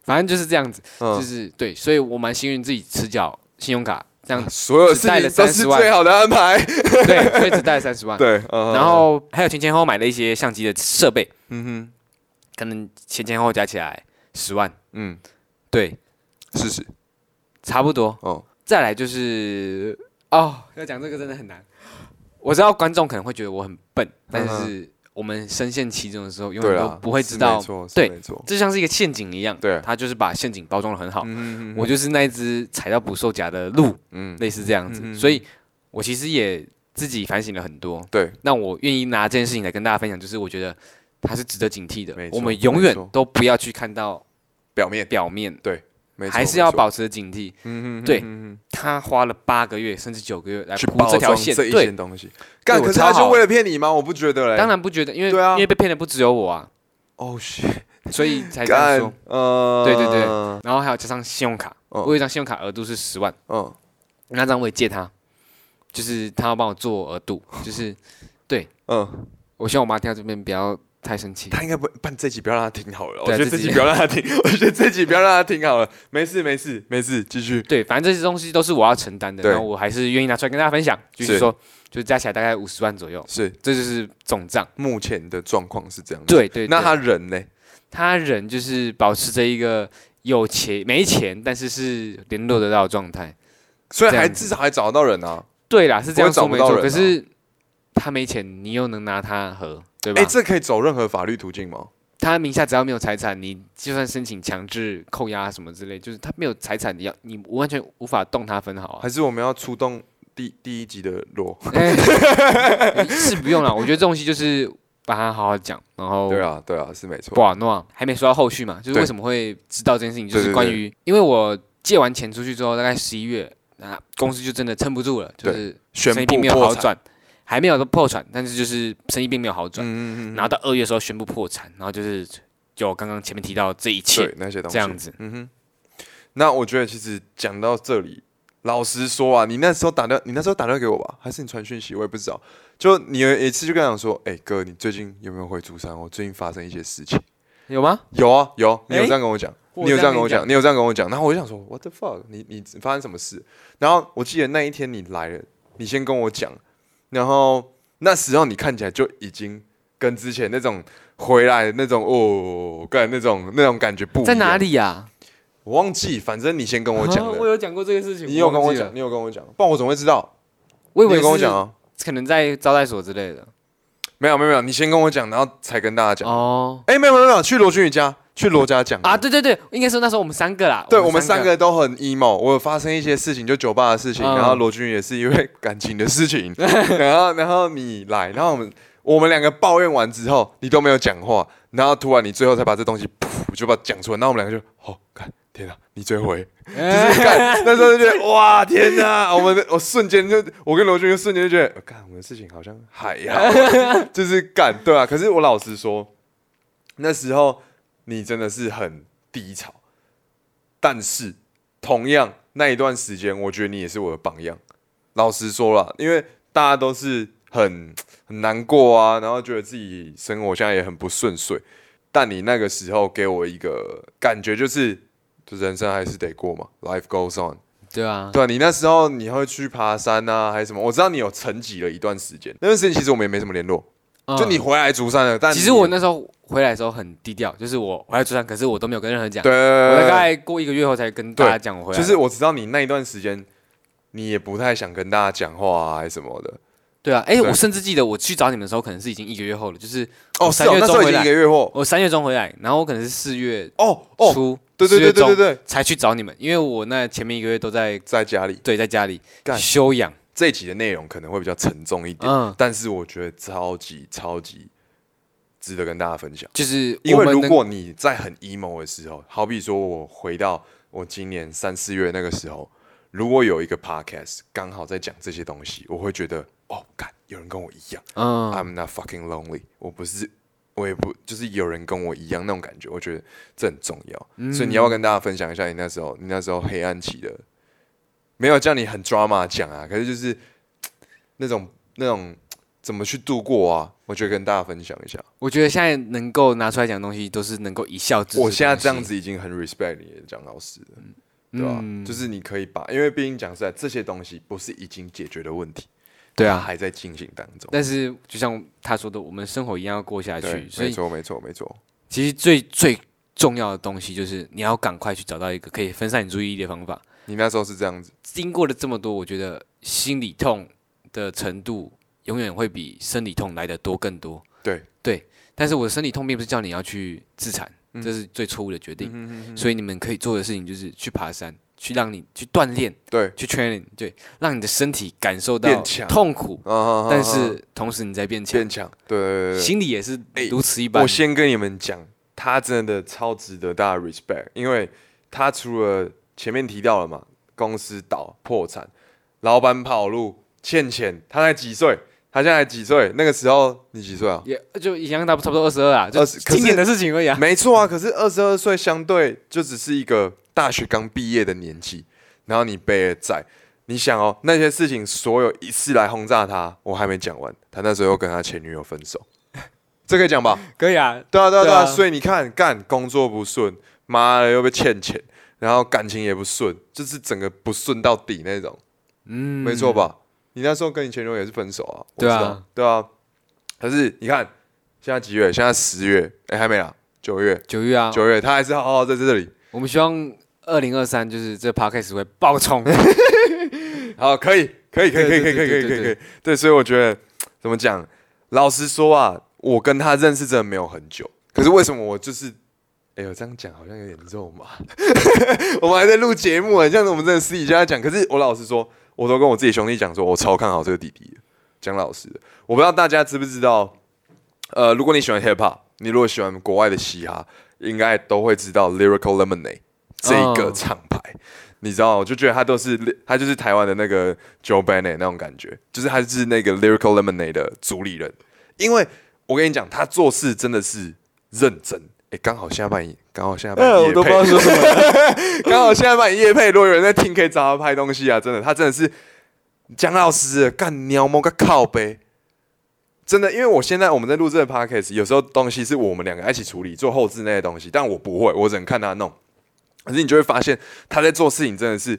Speaker 2: 反正就是这样子，
Speaker 1: 嗯，
Speaker 2: 就是对，所以我蛮幸运自己持缴信用卡，这样
Speaker 1: 所有事
Speaker 2: 只带了
Speaker 1: 情都是
Speaker 2: 30万
Speaker 1: 最好的安排。
Speaker 2: 对，所以只贷三十万。
Speaker 1: 对，嗯
Speaker 2: 然后还有前前后后买了一些相机的设备，
Speaker 1: 嗯
Speaker 2: 可能前前后后加起来十万
Speaker 1: 哼，，嗯，
Speaker 2: 对，
Speaker 1: 事实，
Speaker 2: 差不多。
Speaker 1: 哦，
Speaker 2: 再来就是哦，要讲这个真的很难。我知道观众可能会觉得我很笨，但是我们深陷其中的时候，永
Speaker 1: 嗯对
Speaker 2: 远都
Speaker 1: 啦，
Speaker 2: 不会知道
Speaker 1: 是没错，是
Speaker 2: 对
Speaker 1: 没错，
Speaker 2: 这像是一个陷阱一样，
Speaker 1: 对
Speaker 2: 他就是把陷阱包装的很好。
Speaker 1: 嗯
Speaker 2: 我就是那一只踩到捕兽夹的鹿，
Speaker 1: 嗯，
Speaker 2: 类似这样子，
Speaker 1: 嗯嗯嗯
Speaker 2: 所以我其实也自己反省了很多。
Speaker 1: 对，
Speaker 2: 那我愿意拿这件事情来跟大家分享，就是我觉得它是值得警惕的
Speaker 1: 没。错
Speaker 2: 我们永远
Speaker 1: 没错
Speaker 2: 都不要去看到
Speaker 1: 表面，
Speaker 2: 表面，
Speaker 1: 没错
Speaker 2: 还是要，
Speaker 1: 没错
Speaker 2: 保持警惕。
Speaker 1: 嗯哼
Speaker 2: 对
Speaker 1: 嗯
Speaker 2: 他花了八个月甚至九个月来
Speaker 1: 哼去
Speaker 2: 铺
Speaker 1: 包
Speaker 2: 这条
Speaker 1: 装
Speaker 2: 线，
Speaker 1: 这一
Speaker 2: 对
Speaker 1: 件，东西。干，
Speaker 2: 我
Speaker 1: 可是
Speaker 2: 超
Speaker 1: 他就
Speaker 2: 好
Speaker 1: 为了骗你吗？我不觉得嘞。
Speaker 2: 当然不觉得，因为
Speaker 1: 对啊
Speaker 2: 因为被骗的不只有我啊，
Speaker 1: 哦，是
Speaker 2: 所以才这样
Speaker 1: 干
Speaker 2: 说。，
Speaker 1: 呃，
Speaker 2: 对对对
Speaker 1: 嗯
Speaker 2: 然后还有加上信用卡，
Speaker 1: 哦
Speaker 2: 我有一张信用卡额度是十万。
Speaker 1: 嗯
Speaker 2: 那张我也借他，就是他要帮我做额度，就是
Speaker 1: 嗯，
Speaker 2: 我希望我妈听到这边不要太生气。
Speaker 1: 他应该不办这集，不要让他听好了。我
Speaker 2: 对啊
Speaker 1: 觉得
Speaker 2: 自
Speaker 1: 这
Speaker 2: 己
Speaker 1: 集不要让他听， 我觉得这集不要让他听好了。没事没事没事，继续。
Speaker 2: 对，反正这些东西都是我要承担的，
Speaker 1: 对
Speaker 2: 然后我还是愿意拿出来跟大家分享，就是
Speaker 1: 是
Speaker 2: 说，就是加起来大概五十万左右，
Speaker 1: 是
Speaker 2: 这就是总账。
Speaker 1: 目前的状况是这样。，
Speaker 2: 对对
Speaker 1: 那
Speaker 2: 对
Speaker 1: 他人呢？
Speaker 2: 他人就是保持着一个有钱没钱，但是是联络得到的状态。
Speaker 1: 虽然
Speaker 2: 这
Speaker 1: 还
Speaker 2: 样子
Speaker 1: 至少还找得到人啊。
Speaker 2: 对啦，是这样
Speaker 1: 不会找
Speaker 2: 说
Speaker 1: 不
Speaker 2: 没
Speaker 1: 到
Speaker 2: 错，
Speaker 1: 人啊
Speaker 2: 可是他没钱，你又能拿他和对吧
Speaker 1: 哎，？这可以走任何法律途径吗？
Speaker 2: 他名下只要没有财产，你就算申请强制扣押什么之类，就是他没有财产，你要你完全无法动他分毫啊
Speaker 1: 还。是我们要出动第第一集的罗？
Speaker 2: 哎是不用了，我觉得这种东西就是把它好好讲，然后
Speaker 1: 对啊对啊，是没错
Speaker 2: 哦不。好弄啊。还没说到后续嘛，就是
Speaker 1: 对
Speaker 2: 为什么会知道这件事情，就
Speaker 1: 对
Speaker 2: 是
Speaker 1: 对
Speaker 2: 关
Speaker 1: 对
Speaker 2: 于因为我借完钱出去之后，大概十一月啊，公司就真的撑不住了，就是
Speaker 1: 宣
Speaker 2: 生意
Speaker 1: 布
Speaker 2: 并没有
Speaker 1: 破
Speaker 2: 好
Speaker 1: 产。
Speaker 2: 转，还没有破产，但是就是生意并没有好转。
Speaker 1: 嗯
Speaker 2: 然后到二月的时候宣布破产，然后就是就我刚刚前面提到这一切
Speaker 1: 对那些东西
Speaker 2: 这样子。
Speaker 1: 嗯哼，那我觉得其实讲到这里，老实说啊，你那时候打电，你那时候打电话给我吧，还是你传讯息，我也不知道。就你有一次就跟他讲说，哎、哥，你最近有没有回竹山？我最近发生一些事情。
Speaker 2: 有吗？
Speaker 1: 有啊，有，你有
Speaker 2: 哎
Speaker 1: 这样跟我讲，
Speaker 2: 我
Speaker 1: 你有这样跟
Speaker 2: 跟
Speaker 1: 我
Speaker 2: 你讲
Speaker 1: 讲，你有这样跟我讲，然后我就想说，what the fuck，你你发生什么事？然后我记得那一天你来了，你先跟我讲，然后那时候你看起来就已经跟之前那种回来的那种哦，干那种那种感觉不一样
Speaker 2: 在哪？里呀？
Speaker 1: 我忘记，反正你先跟我讲
Speaker 2: 啊
Speaker 1: 了，
Speaker 2: 我有讲过这个事情。
Speaker 1: 你有跟我
Speaker 2: 忘记了
Speaker 1: 讲，，你有跟我讲，不然我怎么会知道？
Speaker 2: 我以
Speaker 1: 你
Speaker 2: 为
Speaker 1: 有跟我
Speaker 2: 是
Speaker 1: 讲啊？
Speaker 2: 可能在招待所之类的。
Speaker 1: 没有没有没有，你先跟我讲，然后才跟大家讲。
Speaker 2: 哦，
Speaker 1: 哎、没有没有没有，去罗君宇家，去罗家讲
Speaker 2: 啊，对对对，应该是那时候我们三个啦。
Speaker 1: 对我们三个都很 emo，我有发生一些事情，就酒吧的事情，
Speaker 2: 嗯
Speaker 1: 然后罗君也是因为感情的事情，然后然后你来，然后我们我们两个抱怨完之后，你都没有讲话，然后突然你最后才把这东西噗就把它讲出来，那我们两个就好看、天哪，你最会，就是干那时候就觉得哇天哪，我们我瞬间就我跟罗君就瞬间就觉得，呃干、我们的事情好像海呀、就是干对啊，可是我老实说，那时候你真的是很低潮。但是同样那一段时间，我觉得你也是我的榜样。老实说啦，因为大家都是很很难过啊，然后觉得自己生活现在也很不顺遂，但你那个时候给我一个感觉就是，就人生还是得过嘛，life goes on。
Speaker 2: 对啊，
Speaker 1: 对啊，你那时候你会去爬山啊，还是什么？我知道你有沉寂了一段时间，那段时间其实我们也没什么联络，
Speaker 2: 嗯
Speaker 1: 就你回来竹山了，但
Speaker 2: 其
Speaker 1: 你
Speaker 2: 实我那时候回来的时候很低调，就是我回来出山，可是我都没有跟任何人讲。
Speaker 1: 对，
Speaker 2: 我大概过一个月后才跟大家讲我回来。
Speaker 1: 就是我知道你那一段时间，你也不太想跟大家讲话啊，还是什么的。
Speaker 2: 对啊，哎，
Speaker 1: 对
Speaker 2: 我甚至记得我去找你们的时候，可能是已经一个月后了，就是
Speaker 1: 哦，是
Speaker 2: 三
Speaker 1: 哦，
Speaker 2: 月
Speaker 1: 那时候
Speaker 2: 中
Speaker 1: 已
Speaker 2: 回
Speaker 1: 经
Speaker 2: 来
Speaker 1: 一个月后。
Speaker 2: 我三月中回来，然后我可能是四月
Speaker 1: 哦哦，
Speaker 2: 初、
Speaker 1: 对对对
Speaker 2: 四
Speaker 1: 对
Speaker 2: 月
Speaker 1: 对
Speaker 2: 中
Speaker 1: 对，
Speaker 2: 才去找你们，因为我那前面一个月都在
Speaker 1: 在家里
Speaker 2: 对在家里
Speaker 1: 干
Speaker 2: 休养。
Speaker 1: 这一集的内容可能会比较沉重一点，
Speaker 2: 嗯，
Speaker 1: 但是我觉得超级超级值得跟大家分享。
Speaker 2: 就是
Speaker 1: 因
Speaker 2: 我
Speaker 1: 为
Speaker 2: 们
Speaker 1: 如
Speaker 2: 能
Speaker 1: 果你在很 emo 的时候，好比说我回到我今年三四月那个时候，如果有一个 podcast 刚好在讲这些东西，我会觉得哦，干，有人跟我一样。
Speaker 2: 嗯
Speaker 1: I'm not fucking lonely，我不是，我也不就是有人跟我一样那种感觉，我觉得这很重要。
Speaker 2: 嗯
Speaker 1: 所以你要不要跟大家分享一下你那时候，你那时候黑暗期的，没有叫你很 drama 讲啊，可是就是那种那种怎么去度过啊？我觉得跟大家分享一下。
Speaker 2: 我觉得现在能够拿出来讲的东西，都是嗯能够一笑置之。
Speaker 1: 我现在这样，子已经很 respect 你蒋老师了，对吧、就是你可以把，因为毕竟讲实在，这些东西不是已经解决的问题，
Speaker 2: 对啊。
Speaker 1: 还在进行当中。
Speaker 2: 但是就像他说的，我们生活一样要过下
Speaker 1: 对
Speaker 2: 去，，所
Speaker 1: 没
Speaker 2: 以
Speaker 1: 错，没错，没错。
Speaker 2: 其实最最重要的东西就是你要赶快去找到一个可以分散你注意力的方法。
Speaker 1: 你那时候是这样子。
Speaker 2: 经过了这么多，我觉得心理痛的程度永远会比生理痛来的多更多。
Speaker 1: 对
Speaker 2: 对，但是我的生理痛并不是叫你要去自残，
Speaker 1: 嗯
Speaker 2: 这是最错误的决定。所以你们可以做的事情就是去爬山，去让你去锻炼，
Speaker 1: 对，
Speaker 2: 去 training，对，让你的身体感受到
Speaker 1: 变强
Speaker 2: 痛苦，
Speaker 1: 啊
Speaker 2: 但是同时你在变强
Speaker 1: 变，强，对对对对
Speaker 2: 心理也是
Speaker 1: 哎
Speaker 2: 如此一般。
Speaker 1: 我先跟你们讲，他真的超值得大家 respect，因为他除了前面提到了嘛，公司倒破产，老板跑路，欠钱，他才几岁？他现在才几岁？那个时候你几岁 啊？
Speaker 2: 也就一样，差不多二十二啊，就
Speaker 1: 20可是
Speaker 2: 今年的事情而已啊。
Speaker 1: 没错啊，可是二十二岁相对就只是一个大学刚毕业的年纪，然后你背了债，你想哦，那些事情所有一次来轰炸他，我还没讲完，他那时候又跟他前女友分手，这可以讲吧？
Speaker 2: 可以啊，
Speaker 1: 对啊，对啊，对
Speaker 2: 对
Speaker 1: 啊，
Speaker 2: 啊
Speaker 1: 所以你看，干工作不顺，妈的又被欠钱，然后感情也不顺，就是整个不顺到底那种，
Speaker 2: 嗯，
Speaker 1: 没错吧？你那时候跟你前女友也是分手啊，我
Speaker 2: 对啊
Speaker 1: 知道，对啊。可是你看，现在几月？现在十月，哎，还没啦，九月，
Speaker 2: 九月啊，
Speaker 1: 九月，他还是好好在这里。
Speaker 2: 我们希望二零二三就是这 podcast 会 爆冲。
Speaker 1: 好，可以，可以，可以，可以，可以，
Speaker 2: 对
Speaker 1: 可以，
Speaker 2: 对
Speaker 1: 可以，可以，
Speaker 2: 对对
Speaker 1: 可以
Speaker 2: 对。
Speaker 1: 对，所以我觉得怎么讲，老实说啊，我跟他认识真的没有很久，可是为什么我就是，哎呦，这样讲好像有点肉麻。 我们还在录节目啊，这样子我们真的私底下讲。可是我老实说，我都跟我自己兄弟讲说，我超看好这个弟弟的，蒋老师的。我不知道大家知不知道，呃，如果你喜欢 hip hop，你如果喜欢国外的嘻哈，应该都会知道 Lyrical Lemonade 这一个
Speaker 2: 哦
Speaker 1: 厂牌。你知道，我就觉得他都是他就是台湾的那个 Joe Bennett 那种感觉，就是他是那个 Lyrical Lemonade 的主理人。因为我跟你讲，他做事真的是认真。哎、哎，刚好下半夜，刚好下半
Speaker 3: 哎，
Speaker 1: 夜，
Speaker 3: 我都不知道说什么。
Speaker 1: 刚好现在把你夜配，如果有人在听，可以找他拍东西啊！真的，他真的是姜老师干鸟猫个靠背，真的，因为我现在我们在录这个 podcast，有时候东西是我们两个一起处理做后置那些东西，但我不会，我只能看他弄。可是你就会发现他在做事情真的是，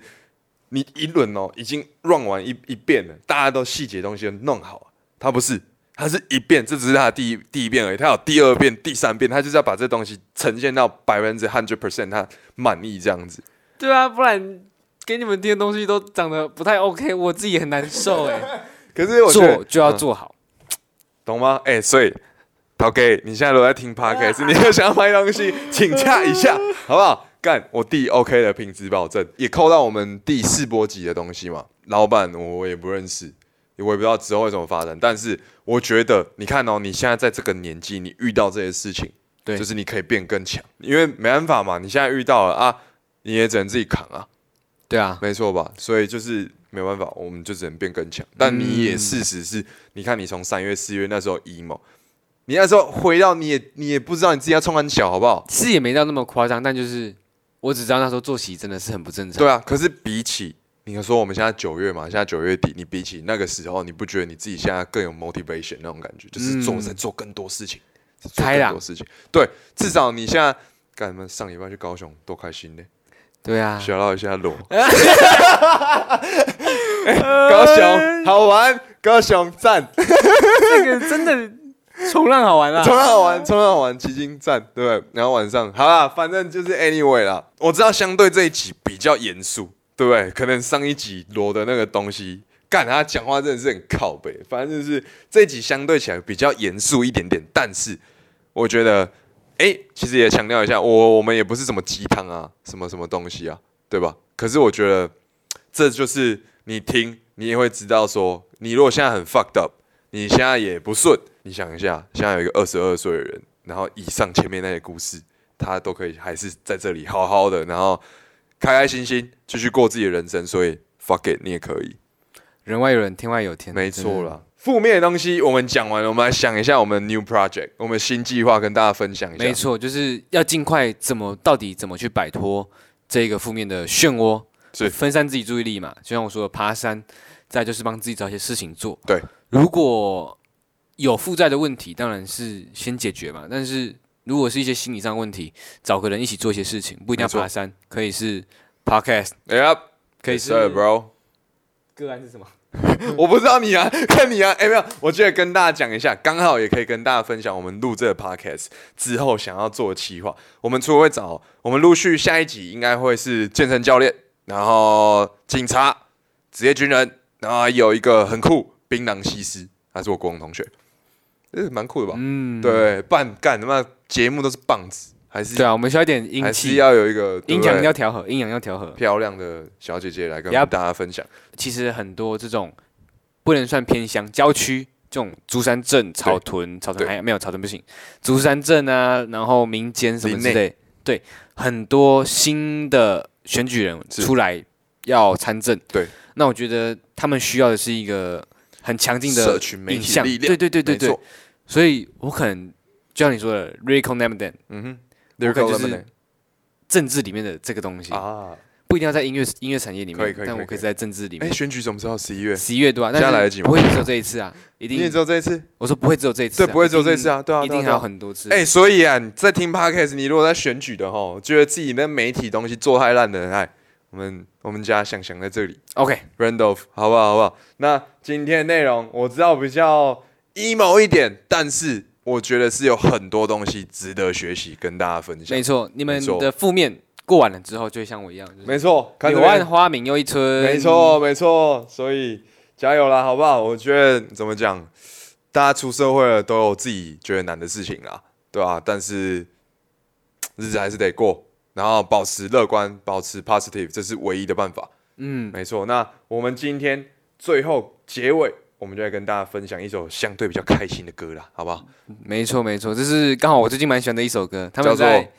Speaker 1: 你一轮哦已经 run 完一一遍了，大家都细节东西都弄好了，他不是。他是一遍，这只是他的第一第一遍而已，他有第二遍、第三遍，他就是要把这东西呈现到百分之 hundred percent 他满意这样子。
Speaker 2: 对啊，不然给你们听的东西都长得不太 OK，我自己也很难受哎。
Speaker 1: 可 是我觉得
Speaker 2: 做就要
Speaker 1: 嗯
Speaker 2: 做好，
Speaker 1: 懂吗？哎、所以陶 K，你现在如果在听 podcast，你又想要卖东西，请假一下，好不好？干，我弟 OK 的品质保证，也扣到我们第四波级的东西嘛。老板我也不认识，我也不知道之后会怎么发展，但是我觉得，你看哦，你现在在这个年纪，你遇到这些事情，
Speaker 2: 对
Speaker 1: 就是你可以变更强，因为没办法嘛，你现在遇到了啊，你也只能自己扛啊。
Speaker 2: 对啊，
Speaker 1: 没错吧？所以就是没办法，我们就只能变更强。但你也事实是，你看你从三月、四月那时候 emo，你那时候回到你也你也不知道你自己要冲很小，好不好？
Speaker 2: 是也没到那么夸张，但就是我只知道那时候作息真的是很不正常。
Speaker 1: 对啊，可是比起你说我们现在九月嘛，现在九月底，你比起那个时候，你不觉得你自己现在更有 motivation 那种感觉？就是做
Speaker 2: 嗯
Speaker 1: 在做更多事情，在做
Speaker 2: 开
Speaker 1: 更
Speaker 2: 朗
Speaker 1: 多事情。对，至少你现在干什么？上礼拜去高雄多开心呢！
Speaker 2: 对啊，
Speaker 1: 小到一下裸。哎高雄好玩，高雄赞，
Speaker 2: 这个真的冲浪好玩啊啦
Speaker 1: 冲浪好玩，冲浪好玩，奇经赞，对不对？然后晚上好啦，反正就是 anyway 啦。我知道相对这一集比较严肃，对不对？可能上一集罗的那个东西，干他讲话真的是很靠北。反正就是这一集相对起来比较严肃一点点，但是我觉得，哎，其实也强调一下，我我们也不是什么鸡汤啊，什么什么东西啊，对吧？可是我觉得。这就是你听，你也会知道说，你如果现在很 fucked up，你现在也不顺，你想一下，现在有一个二十二岁的人，然后以上前面那些故事，他都可以还是在这里好好的，然后开开心心继续过自己的人生，所以 fuck it，你也可以，
Speaker 2: 人外有人，天外有天，
Speaker 1: 没错
Speaker 2: 真的。
Speaker 1: 啦。负面的东西我们讲完了，我们来想一下我们 new project，我们新计划跟大家分享一下。
Speaker 2: 没错，就是要尽快怎么到底怎么去摆脱这个负面的漩涡，
Speaker 1: 是
Speaker 2: 分散自己注意力嘛。就像我说的，爬山，再就是帮自己找一些事情做。
Speaker 1: 对，
Speaker 2: 如果有负债的问题，当然是先解决嘛。但是如果是一些心理上的问题，找个人一起做一些事情，不一定要
Speaker 1: 没错
Speaker 2: 爬山，可以是 podcast，
Speaker 1: 哎呀，
Speaker 2: 可以
Speaker 1: Yes,
Speaker 2: 是
Speaker 1: sir, bro。
Speaker 2: 个案是什么？
Speaker 1: 我不知道你啊， 看你啊，哎、没有，我觉得跟大家讲一下，刚好也可以跟大家分享我们录这个 podcast 之后想要做的企划。我们除了会找我们陆续下一集应该会是健身教练，然后警察、职业军人，然后还有一个很酷槟榔西施，他是我国文同学，呃，蛮酷的吧？
Speaker 2: 嗯，
Speaker 1: 对，半干他妈节目都是棒子，还是
Speaker 2: 对啊，我们需要一点阴
Speaker 1: 还是
Speaker 2: 气，
Speaker 1: 要有一个对
Speaker 2: 阴
Speaker 1: 不
Speaker 2: 阳
Speaker 1: 对
Speaker 2: 要调和，阴阳要调和。
Speaker 1: 漂亮的小姐姐来跟我们
Speaker 2: Yup
Speaker 1: 大家分享。
Speaker 2: 其实很多这种不能算偏乡郊区，这种竹山镇、草屯、草屯
Speaker 1: 对
Speaker 2: 还没有草屯不行，竹山镇啊，然后民间什么之
Speaker 1: 林
Speaker 2: 类，对，很多新的选举人
Speaker 1: 是
Speaker 2: 出来要参政，
Speaker 1: 对，
Speaker 2: 那我觉得他们需要的是一个很强劲的
Speaker 1: 社群媒体
Speaker 2: 影像
Speaker 1: 力量
Speaker 2: 对对对对
Speaker 1: 没
Speaker 2: 对
Speaker 1: 错，，
Speaker 2: 所以我可能就像你说的 r e c o n n e m
Speaker 1: 嗯哼，
Speaker 2: 我可能就是
Speaker 1: Lyrical Lemonade
Speaker 2: 政治里面的这个东西，
Speaker 1: 啊。
Speaker 2: 不一定要在音乐音乐产业里
Speaker 1: 可以
Speaker 2: 面
Speaker 1: 可以，
Speaker 2: 但
Speaker 1: 可以
Speaker 2: 我可以
Speaker 1: 可以
Speaker 2: 在政治里
Speaker 1: 哎、
Speaker 2: 面。
Speaker 1: 选举什么时候？十一月。
Speaker 2: 十一月对吧？但
Speaker 1: 现在
Speaker 2: 是
Speaker 1: 来得及吗
Speaker 2: 不会只有这一次啊，一
Speaker 1: 你
Speaker 2: 定
Speaker 1: 也只有这一次，
Speaker 2: 我说不会只有这一次、
Speaker 1: 对，
Speaker 2: 啊，
Speaker 1: 不会只有这一次
Speaker 2: 啊，
Speaker 1: 啊，对啊，
Speaker 2: 一
Speaker 1: 对啊
Speaker 2: 定还
Speaker 1: 对
Speaker 2: 有
Speaker 1: 啊。
Speaker 2: 很多次。
Speaker 1: 哎、所以啊，你在听 podcast，你如果在选举的吼，觉得自己那媒体东西做太烂的，哎，我们我们家想想在这里
Speaker 2: o k
Speaker 1: ，Randolph，好不好？好不好？那今天内容我知道比较 emo 一点，但是我觉得是有很多东西值得学习跟大家分享
Speaker 2: 没。错，你们
Speaker 1: 啊没错
Speaker 2: 的负面过完了之后，就会像我一样，就是
Speaker 1: 没错，看这
Speaker 2: 柳
Speaker 1: 边
Speaker 2: 暗花明又一村。
Speaker 1: 没错，，没错，所以加油啦，好不好？我觉得怎么讲，大家出社会了都有自己觉得难的事情啦，对吧、但是日子还是得过，然后保持乐观，保持 positive，这是唯一的办法。
Speaker 2: 嗯，
Speaker 1: 没错，那我们今天最后结尾，我们就来跟大家分享一首相对比较开心的歌啦，好不好？
Speaker 2: 没错，没错，这是刚好我最近蛮喜欢的一首歌，他
Speaker 1: 叫
Speaker 2: 们
Speaker 1: 做
Speaker 2: 在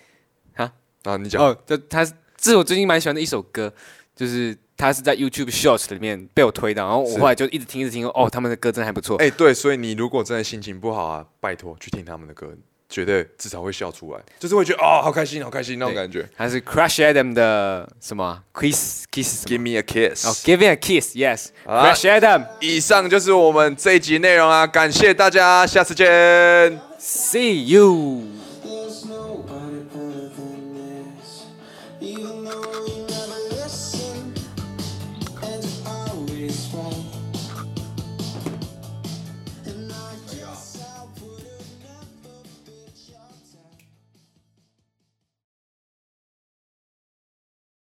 Speaker 1: 啊，你讲、
Speaker 2: 哦，就他这是我最近蛮喜欢的一首歌，就是他是在 YouTube Shorts 里面被我推到，然后我
Speaker 1: 是嗯
Speaker 2: 后来就一直
Speaker 1: 哎
Speaker 2: 听，一直听，哦，他们的歌真的还不错。
Speaker 1: 哎、对，所以你如果真的心情不好啊，拜托去听他们的歌，觉得至少会笑出来，就是会觉得哦，好开心，好开心那种感觉。
Speaker 2: 他是 Crash Adam 的什么 Kiss Kiss 什么
Speaker 1: Give me a kiss。
Speaker 2: 哦，Giving a kiss yes
Speaker 1: 好啦
Speaker 2: Crash Adam
Speaker 1: 以上就是我们这一集内容啊，感谢大家，下次见。
Speaker 2: see you。